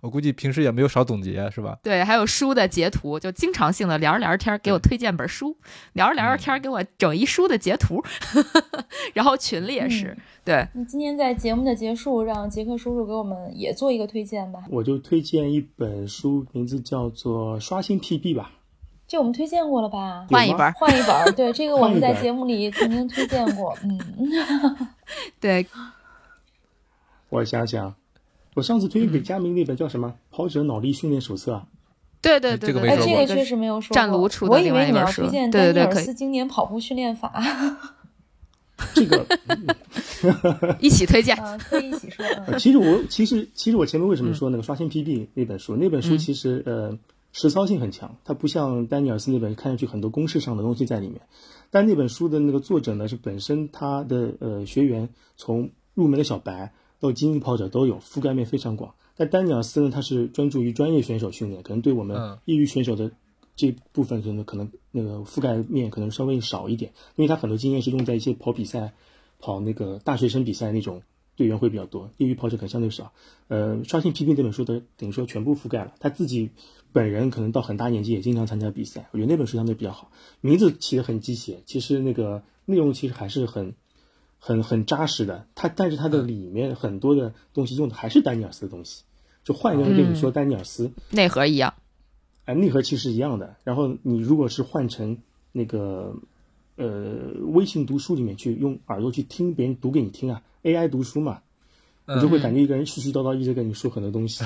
C: 我估计平时也没有少总结，是吧？
B: 对，还有书的截图，就经常性的聊着聊着天儿给我推荐本书，聊着聊着天儿给我整一书的截图， 然后群里也
A: 嗯
B: 是，对，
A: 那今天在节目的结束，让杰克叔叔给我们也做一个推荐吧。
D: 我就推荐一本书，名字叫做《刷新 PB》吧。
A: 这我们推荐过了吧？
D: 有吗
B: 换一本
C: 啊
B: 儿，
A: 换一本儿，对，这个我们在
D: 换一本儿
A: 节目里曾经推荐过，嗯，
B: 对，
D: 我想想，我上次推
A: 嗯
D: 给佳明那本叫什么《跑者脑力训练手册》啊？
B: 对对
C: 哎
B: 对，
C: 这个
B: 对
C: 没
A: 哎，
C: 说
A: 这
C: 过
A: 个确实没有说过。
B: 战卢出的
A: 我以
B: 另外
A: 为
B: 一
A: 你
B: 本
A: 要
B: 书
A: 推荐
B: 对对
A: 丹尼
B: 对
A: 尔
B: 可以
A: 斯经典跑步训练法，
D: 这个
B: 一起推荐。
A: 嗯，可以一起说，嗯
D: 呃，其实我其实其实我前面为什么说那个刷新 PB 那本书？那本书其实呃实操性很强，它不像丹尼尔斯那本看上去很多公式上的东西在里面。但那本书的那个作者呢，是本身他的呃学员从入门的小白到精英跑者都有，覆盖面非常广。但丹尼尔斯呢，他是专注于专业选手训练，可能对我们
C: 嗯
D: 业余选手的这部分可能可能那个覆盖面可能稍微少一点，因为他很多经验是用在一些跑比赛、跑那个大学生比赛那种队员会比较多，业余跑者可能相对少。呃，刷新 PP 这本书的等于说全部覆盖了，他自己本人可能到很大年纪也经常参加比赛，我觉得那本书相对比较好。名字起得很鸡血，其实那个内容其实还是很很很扎实的。它但是它的里面很多的东西用的还是丹尼尔斯的东西，就换一个人跟你说丹尼尔斯，呃
B: 内核一样，
D: 哎，内核其实一样的。然后你如果是换成那个呃微信读书里面去用耳朵去听别人读给你听啊，AI 读书嘛，你就会感觉一个人絮絮叨叨一直跟你说很多东西，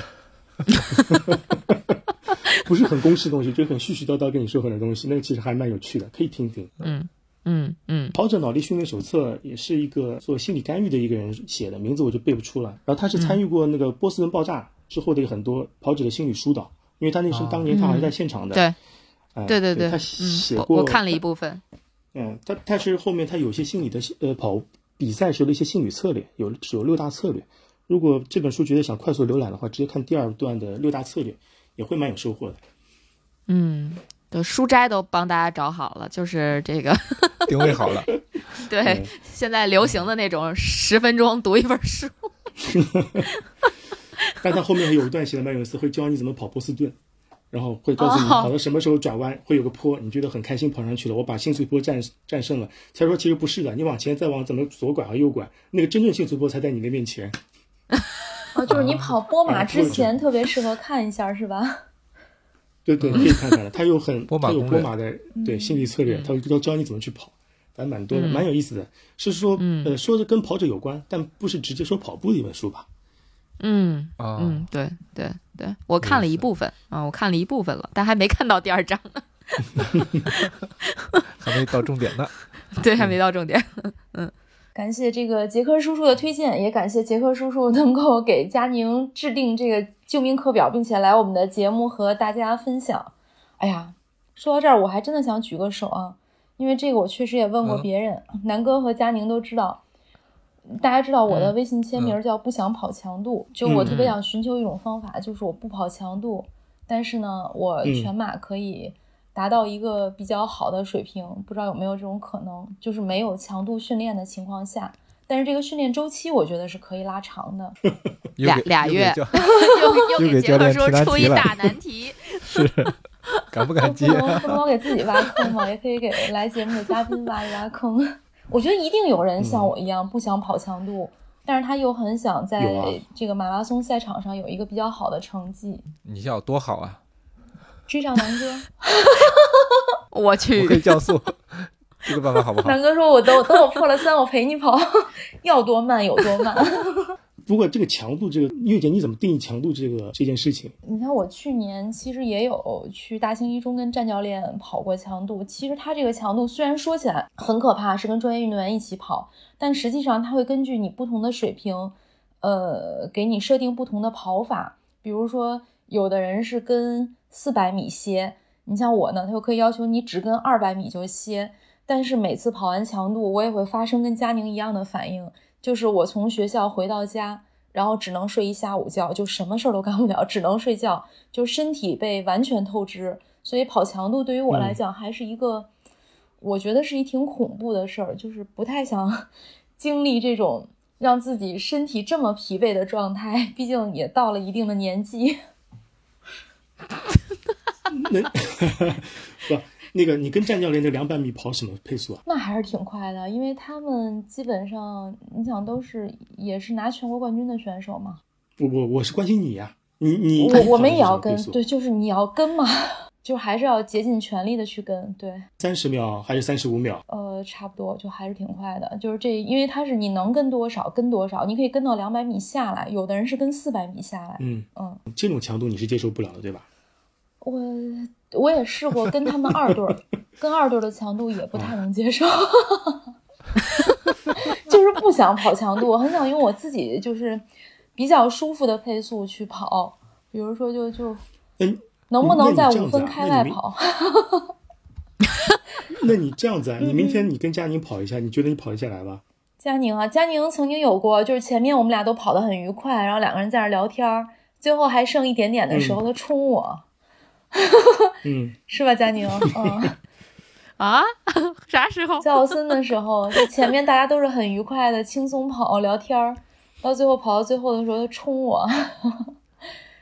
D: 不是很公式的东西，就是很絮絮叨叨跟你说很多东西，那个其实还蛮有趣的，可以听听。
B: 嗯嗯嗯
D: 跑者脑力训练手册也是一个做心理干预的一个人写的，名字我就背不出来。然后他是参与过那个波士顿爆炸之后的很多跑者的心理疏导，因为他那是
C: 哦
D: 当年他好像在现场的。
B: 对
D: 哎，
B: 对对
D: 对
B: 对，
D: 他
B: 嗯
D: 写，
B: 我
D: 过，
B: 我看了一部分，
D: 嗯，他但是后面他有一些心理的呃跑比赛时候的一些心理策略，有有六大策略。如果这本书觉得想快速浏览的话，直接看第二段的六大策略，也会蛮有收获的。
B: 嗯，对，书斋都帮大家找好了，就是这个
C: 定位好了，
B: 对
D: 嗯，
B: 现在流行的那种十分钟读一本书，
D: 但他后面有一段写的蛮有意思，会教你怎么跑波士顿，然后会告诉你
B: 哦
D: 跑到什么时候转弯，会有个坡，你觉得很开心跑上去了，我把兴趣坡战战胜了。他说其实不是的，你往前再往怎么左拐和右拐，那个真正兴趣坡才在你的面前。
A: 哦，就是你跑波马
D: 啊
A: 之
D: 对
A: 前特别适合看一下，是吧？
D: 对对，可以看看的，他 有很
C: 波马
D: 他有
C: 攻
D: 波
C: 略
D: 马的对心理策略，他会教教你怎么去跑，还蛮多的，蛮有意思的。是说呃说是跟跑者有关，但不是直接说跑步的一本书吧？
B: 嗯
C: 啊
B: 嗯，对对对，我看了一部分啊，我看了一部分了，但还没看到第二章，
C: 还没到重点 呢。
B: 对，
C: 嗯
B: 还没到重点。
A: 感谢这个杰克叔叔的推荐，也感谢杰克叔叔能够给佳宁制定这个救命课表，并且来我们的节目和大家分享。哎呀，说到这儿，我还真的想举个手啊，因为这个我确实也问过
C: 嗯
A: 别人，南哥和佳宁都知道。大家知道我的微信签名叫“不想跑强度”，就我特别想寻求一种方法，就是我不跑强度，但是呢，我
D: 嗯
A: 全马可以达到一个比较好的水平，不知道有没有这种可能？就是没有强度训练的情况下，但是这个训练周期我觉得是可以拉长 的。
C: 又
B: 俩
C: 给
B: 俩
C: 又给
B: 月
C: 教
B: 又
C: 又
B: 给
C: 给
B: 杰
C: 教
B: 克
C: 练
B: 说
C: 提难
B: 出
C: 题
B: 一
C: 了
B: 大难题。
C: 敢不敢
A: 不
C: 接？
A: 能不能老给自己挖坑嘛，也可以给来节目的嘉宾挖一挖坑。我觉得一定有人
D: 嗯
A: 像我一样不想跑强度，但是他又很想在
D: 有啊
A: 这个马拉松赛场上有一个比较好的成绩，
C: 你想多好 啊！
A: 追上南 哥。
B: 我
C: 我可以
B: 去，
C: 降速， 这个办法好 不好？
A: 南哥说：“我等我等我破了三，我陪你跑， 要多慢有多慢。”
D: 不过这个强度，这个月姐你怎么定义强度这个这件事情？
A: 你看，我去年其实也有去大兴一中跟战教练跑过强度。其实他这个强度虽然说起来很可怕，是跟专业运动员一起跑，但实际上他会根据你不同的水平，呃，给你设定不同的跑法。比如说，有的人是跟四百米歇，你像我呢，他就可以要求你只跟二百米就歇。但是每次跑完强度，我也会发生跟佳宁一样的反应，就是我从学校回到家，然后只能睡一下午觉，就什么事儿都干不了，只能睡觉，就身体被完全透支。所以跑强度对于我来讲还是一个，我觉得是一挺恐怖的事儿，就是不太想 经历这种让自己身体这么疲惫的状态，毕竟也到了一定的年纪。
D: 不，那个你跟战教练的两百米跑什么配速啊？
A: 那还是挺快的，因为他们基本上，你想都是也是拿全国冠军的选手嘛，
D: 我我我是关心你呀、你你
A: 我我们也
D: 你跑
A: 要
D: 的
A: 跟
D: 嗯是什么配速，
A: 对，就是你要跟嘛， 就还是要竭尽全力的去跟，对，
D: 三十秒还是三十五秒？
A: 呃，差不多就还是挺快的，就是这，因为它是你能跟多少跟多少，你可以跟到两百米下来，有的人是跟四百米下来，
D: 嗯
A: 嗯，
D: 这种强度你是接受不了的，对吧？
A: 我我也试过跟他们二 队儿，跟二队儿的强度也不太能接受，
D: 哦
A: 就是不想跑强度，我很想用我自己就是比较舒服的配速去跑，比如说就就
D: 嗯，
A: 能不
D: 那
A: 能
D: 你
A: 在
D: 这
A: 五
D: 样
A: 分
D: 子啊
A: 开
D: 那
A: 外
D: 你没
A: 跑？
D: 那你这样子啊，你明天你跟佳宁跑一下，你觉得你跑得下来吧？
A: 佳宁啊，佳宁曾经有过，就是前面我们俩都跑得很愉快，然后两个人在那儿聊天儿，最后还剩一点点的时候，他冲我，
D: 嗯，
A: 是吧，佳 宁？嗯，
B: 啊， 啥时候？
A: 在奥森的时候，就前面大家都是很愉快的，轻松跑聊天儿，到最后跑到最后的时候，他冲我，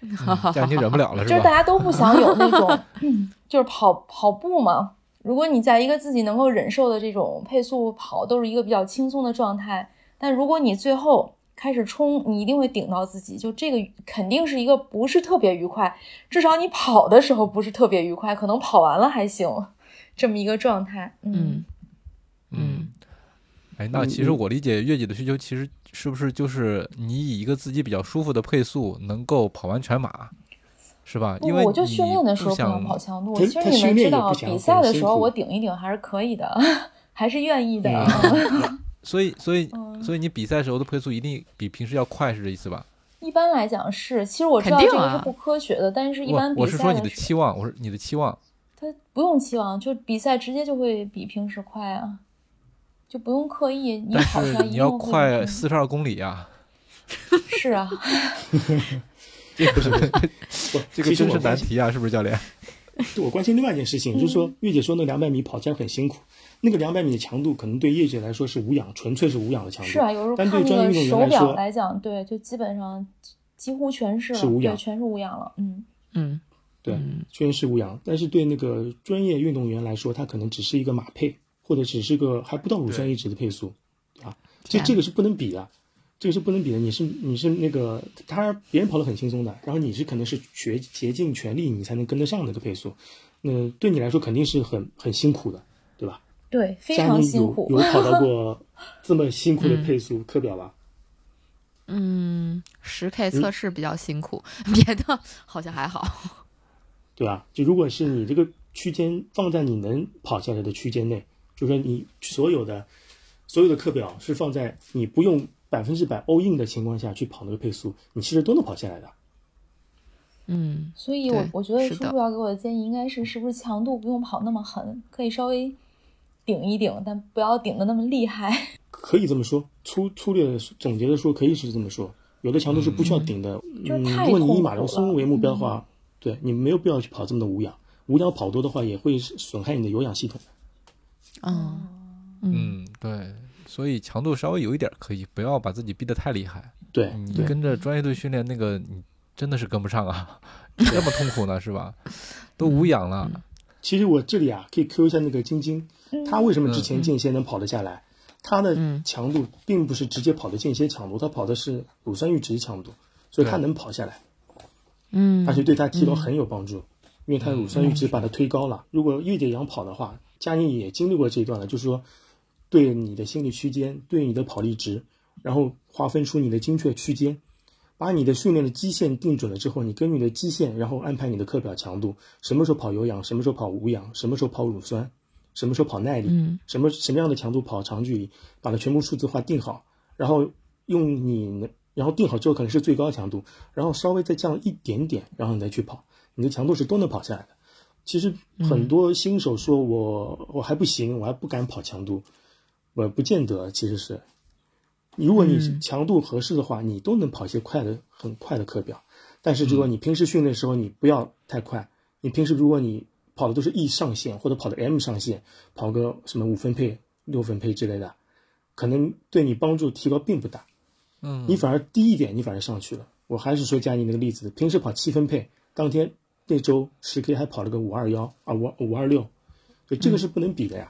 C: 嗯这样已经忍不了了，
A: 就是是大
B: 啊
C: 吧？
A: 家都不想有那种，嗯就是跑跑步嘛。如果你在一个自己能够忍受的这种配速跑，都是一个比较轻松的状态。但如果你最后开始冲，你一定会顶到自己，就这个肯定是一个不是特别愉快，至少你跑的时候不是特别愉快，可能跑完了还行，这么一个状态。
B: 嗯嗯
C: 嗯，哎，那
A: 嗯
C: 其实我理解越野的需求，其实是不是就是你以一个自己比较舒服的配速，能够跑完全马，是吧？
A: 不
C: 因为
A: 我就
C: 你
A: 训练的
C: 不
A: 时候不
C: 想
A: 能跑强度。
D: 他
A: 其实你
D: 他
A: 们
D: 训练
A: 知
D: 也
A: 道
D: 不，强
A: 比
D: 很
A: 赛的
D: 辛
A: 时候
D: 苦
A: 我顶一顶还是可以的， 还是愿意的。
C: 嗯所以，所以，
A: 嗯
C: 所以你比赛时候的配速一定比平时要快，是这意思吧？
A: 一般来讲是，其实我知道
B: 肯
A: 这
B: 定
A: 个
B: 啊
A: 是不科学的，但是一
C: 我
A: 般比
C: 我是
A: 赛
C: 说你
A: 的
C: 的
A: 时
C: 期望，我是你的期望。
A: 候，他不用期望，就比赛直接就会比平时快啊，就不用刻意，你
C: 但
A: 跑出来
C: 是
A: 一
C: 你
A: 定
C: 要
A: 会嗯比
C: 快
A: 平时
C: 四十二公里 啊！
A: 是 啊，
D: 这不是不是我
C: 这个
D: 其实
C: 真
D: 我
C: 是
D: 关
C: 难
D: 心
C: 题啊，是不是教练？
D: 我关心另外一件事情，就是
A: 嗯
D: 说月姐说那两百米跑起来很辛苦，那个两百米的强度可能对业界来说是无氧，纯粹是无氧的强度。
A: 是啊，有时候
D: 但
A: 看
D: 对
A: 那
D: 专业
A: 个
D: 运动
A: 手
D: 员来
A: 表
D: 说，
A: 来讲，对，就基本上几乎全是了，
D: 是无
A: 对，
D: 氧
A: 全是无氧了，嗯，
B: 嗯
D: 对
B: 嗯，
D: 虽然是无氧，但是对那个专业运动员来说，他可能只是一个马配，或者只是个还不到乳酸阈值的配速，啊，这
B: 天
D: 这个是不能比的，这个是不能比的。你是你是那个他别人跑得很轻松的，然后你是可能是竭竭尽全力你才能跟得上那个配速，那对你来说肯定是很很辛苦的，对吧？
A: 对，非
D: 佳
A: 常
D: 妮
A: 辛苦
D: 有。有跑到过这么 辛苦的配速课表吧？
B: 嗯，十 K 测试比较辛苦， 别的好像还好。
D: 对吧？就如果是你这个区间放在你能跑下来的区间内，就说你所有的所有的课表是放在你不用百分之百 all in 的情况下去跑那个配速，你其实都能跑下来的。
B: 嗯，
A: 所以我，我
B: 对
A: 觉得
B: 是
A: 叔
B: 的
A: 叔要给我的建议应该是，是不是强度不用跑那么狠，可以稍微顶一顶，但不要顶的那么厉害。
D: 可以这么说，粗粗略地总结的说，可以是这么说。有的强度是不需要顶的，
A: 就是
D: 嗯，
A: 太
D: 如果你
A: 痛
D: 以
A: 苦
D: 马拉松
A: 了嗯
D: 为目标的话，对你没有必要去跑这么多无氧，无氧跑多的话也会损害你的有氧系统。
B: 嗯
C: 嗯，对。所以强度稍微有一点儿可以，不要把自己逼得太厉害。
D: 对
C: 嗯你
D: 对，
C: 跟着专业队训练，那个你真的是跟不上啊，那么痛苦呢，是吧？都无氧了，
D: 其实我这里啊，可以 Q 一下那个晶晶，她为什么之前间歇能跑得下来？她的
B: 嗯
D: 强度并不是直接跑的间歇强度，她跑的是乳酸阈值强度，所以她
C: 对
D: 能跑下来，
B: 嗯
D: 而且对她提高很有帮助，因为她乳酸阈值把它推高了。如果越野羊跑的话，佳妮也经历过这一段了，就是说对你的心理区间，对你的跑力值，然后划分出你的精确区间。把你的训练的基线定准了之后，你根据你的基线，然后安排你的课表强度，什么时候跑有氧，什么时候跑无氧，什么时候跑乳酸，什么时候跑耐力，
B: 嗯
D: 什么什么样的强度跑长距离，把它全部数字化定好，然后用你，然后定好之后可能是最高强度，然后稍微再降一点点，然后你再去跑，你的强度是都能跑下来的。其实很多新手说我我还不行，我还不敢跑强度，我不见得其实是，如果你
B: 嗯
D: 强度合适的话，你都能跑一些快的很快的课表。但是如果你平时训练的时候，你不要太快。你平时如果你跑的都是 E 上限或者跑的 M 上限，跑个什么五分配、六分配之类的，可能对你帮助提高并不大。
C: 嗯，
D: 你反而低一点，你反而上去了。我还是说佳妮那个例子，平时跑七分配，当天那周十 K 还跑了个五二幺啊五五二六，就这个是不能比的呀。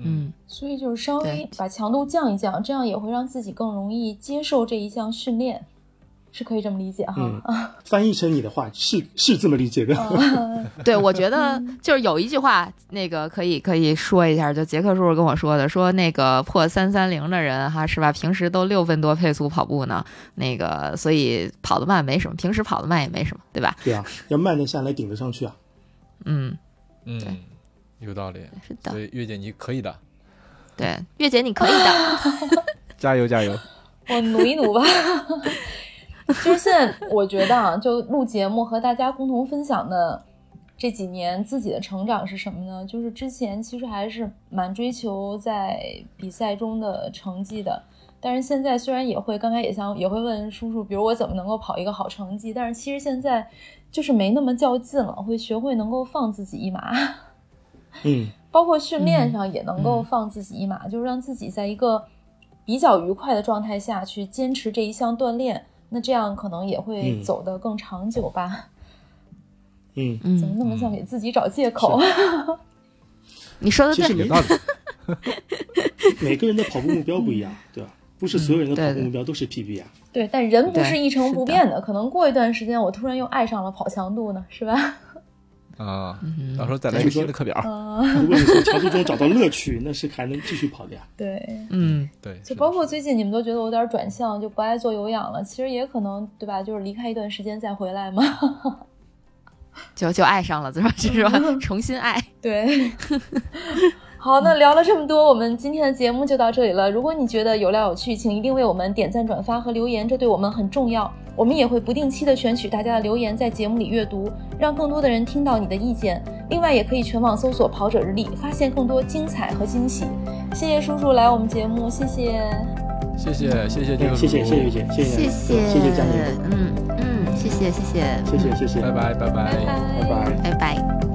B: 嗯
A: 所以就是稍微
B: 对
A: 把强度降一降，这样也会让自己更容易接受这一项训练，是可以这么理解哈。
D: 嗯， 翻译成你的话是是这么理解的。
B: 对，我觉得就是有一句话，那个可以可以说一下，就杰克叔叔跟我说的，说那个破三三零的人哈，是吧？平时都六分多配速跑步呢，那个所以跑得慢没什么，平时跑得慢也没什么，对吧？
D: 对啊，要慢得下来，顶得上去啊。
B: 嗯，对
C: 嗯，有道理。
B: 是
C: 所
B: 的，
C: 以月姐你可以的，
B: 对，月姐你可以的，
C: 加油 加油！
A: 我努一努吧。 就是现在，我觉得啊，就录节目和大家共同分享的这几年自己的成长是什么呢？就是之前其实还是蛮追求在比赛中的成绩的，但是现在虽然也会，刚才也想也会问叔叔，比如我怎么能够跑一个好成绩？但是其实现在就是没那么较劲了，会学会能够放自己一马。
D: 嗯，
A: 包括训练上也能
B: 嗯
A: 够放自己一马，就是让自己在一个比较愉快的状态下去坚持这一项锻炼，那这样可能也会
D: 嗯
A: 走得更长久吧。
D: 嗯，
A: 怎么
B: 嗯，
A: 那么像给自己找借口？
B: 你说的
D: 其实
B: 对，
D: 没
C: 有道理。
D: 每个人的跑步目标不一样，嗯对吧？不是所有人的跑步目标都是 PB 啊。
A: 对，但人不
B: 对
A: 是一成不变的，可能过一段时间我突然又爱上了跑强度呢，是吧？
C: 啊，
B: 嗯
C: 到时候再来一个新的课表。
A: 嗯，
D: 如果你从调度中找到乐趣，那是还能继续跑的呀。
A: 对。
B: 嗯，
C: 对，
A: 就是包
C: 的
A: 括最近你们都觉得我有点转向，就不爱做有氧了。其实也可能对吧？就是离开一段时间再回来嘛。
B: 就就爱上了，是吧？就是说 重新爱。
A: 对，好，那聊了这么多，我们今天的节目就到这里了。如果你觉得有料有趣，请一定为我们点赞、转发和留言，这对我们很重要。我们也会不定期的选取大家的留言，在节目里阅读，让更多的人听到你的意见。另外，也可以全网搜索“跑者日历”，发现更多精彩和惊喜。谢谢叔叔来我们节目，谢谢。
C: 谢谢谢谢这
D: 哎
C: 个，
D: 谢谢谢谢雨姐，谢谢谢谢佳宁，
B: 嗯嗯，谢谢谢谢，哎
D: 谢谢谢谢，
C: 拜拜拜
A: 拜
C: 哎拜
D: 拜拜。
B: 拜拜。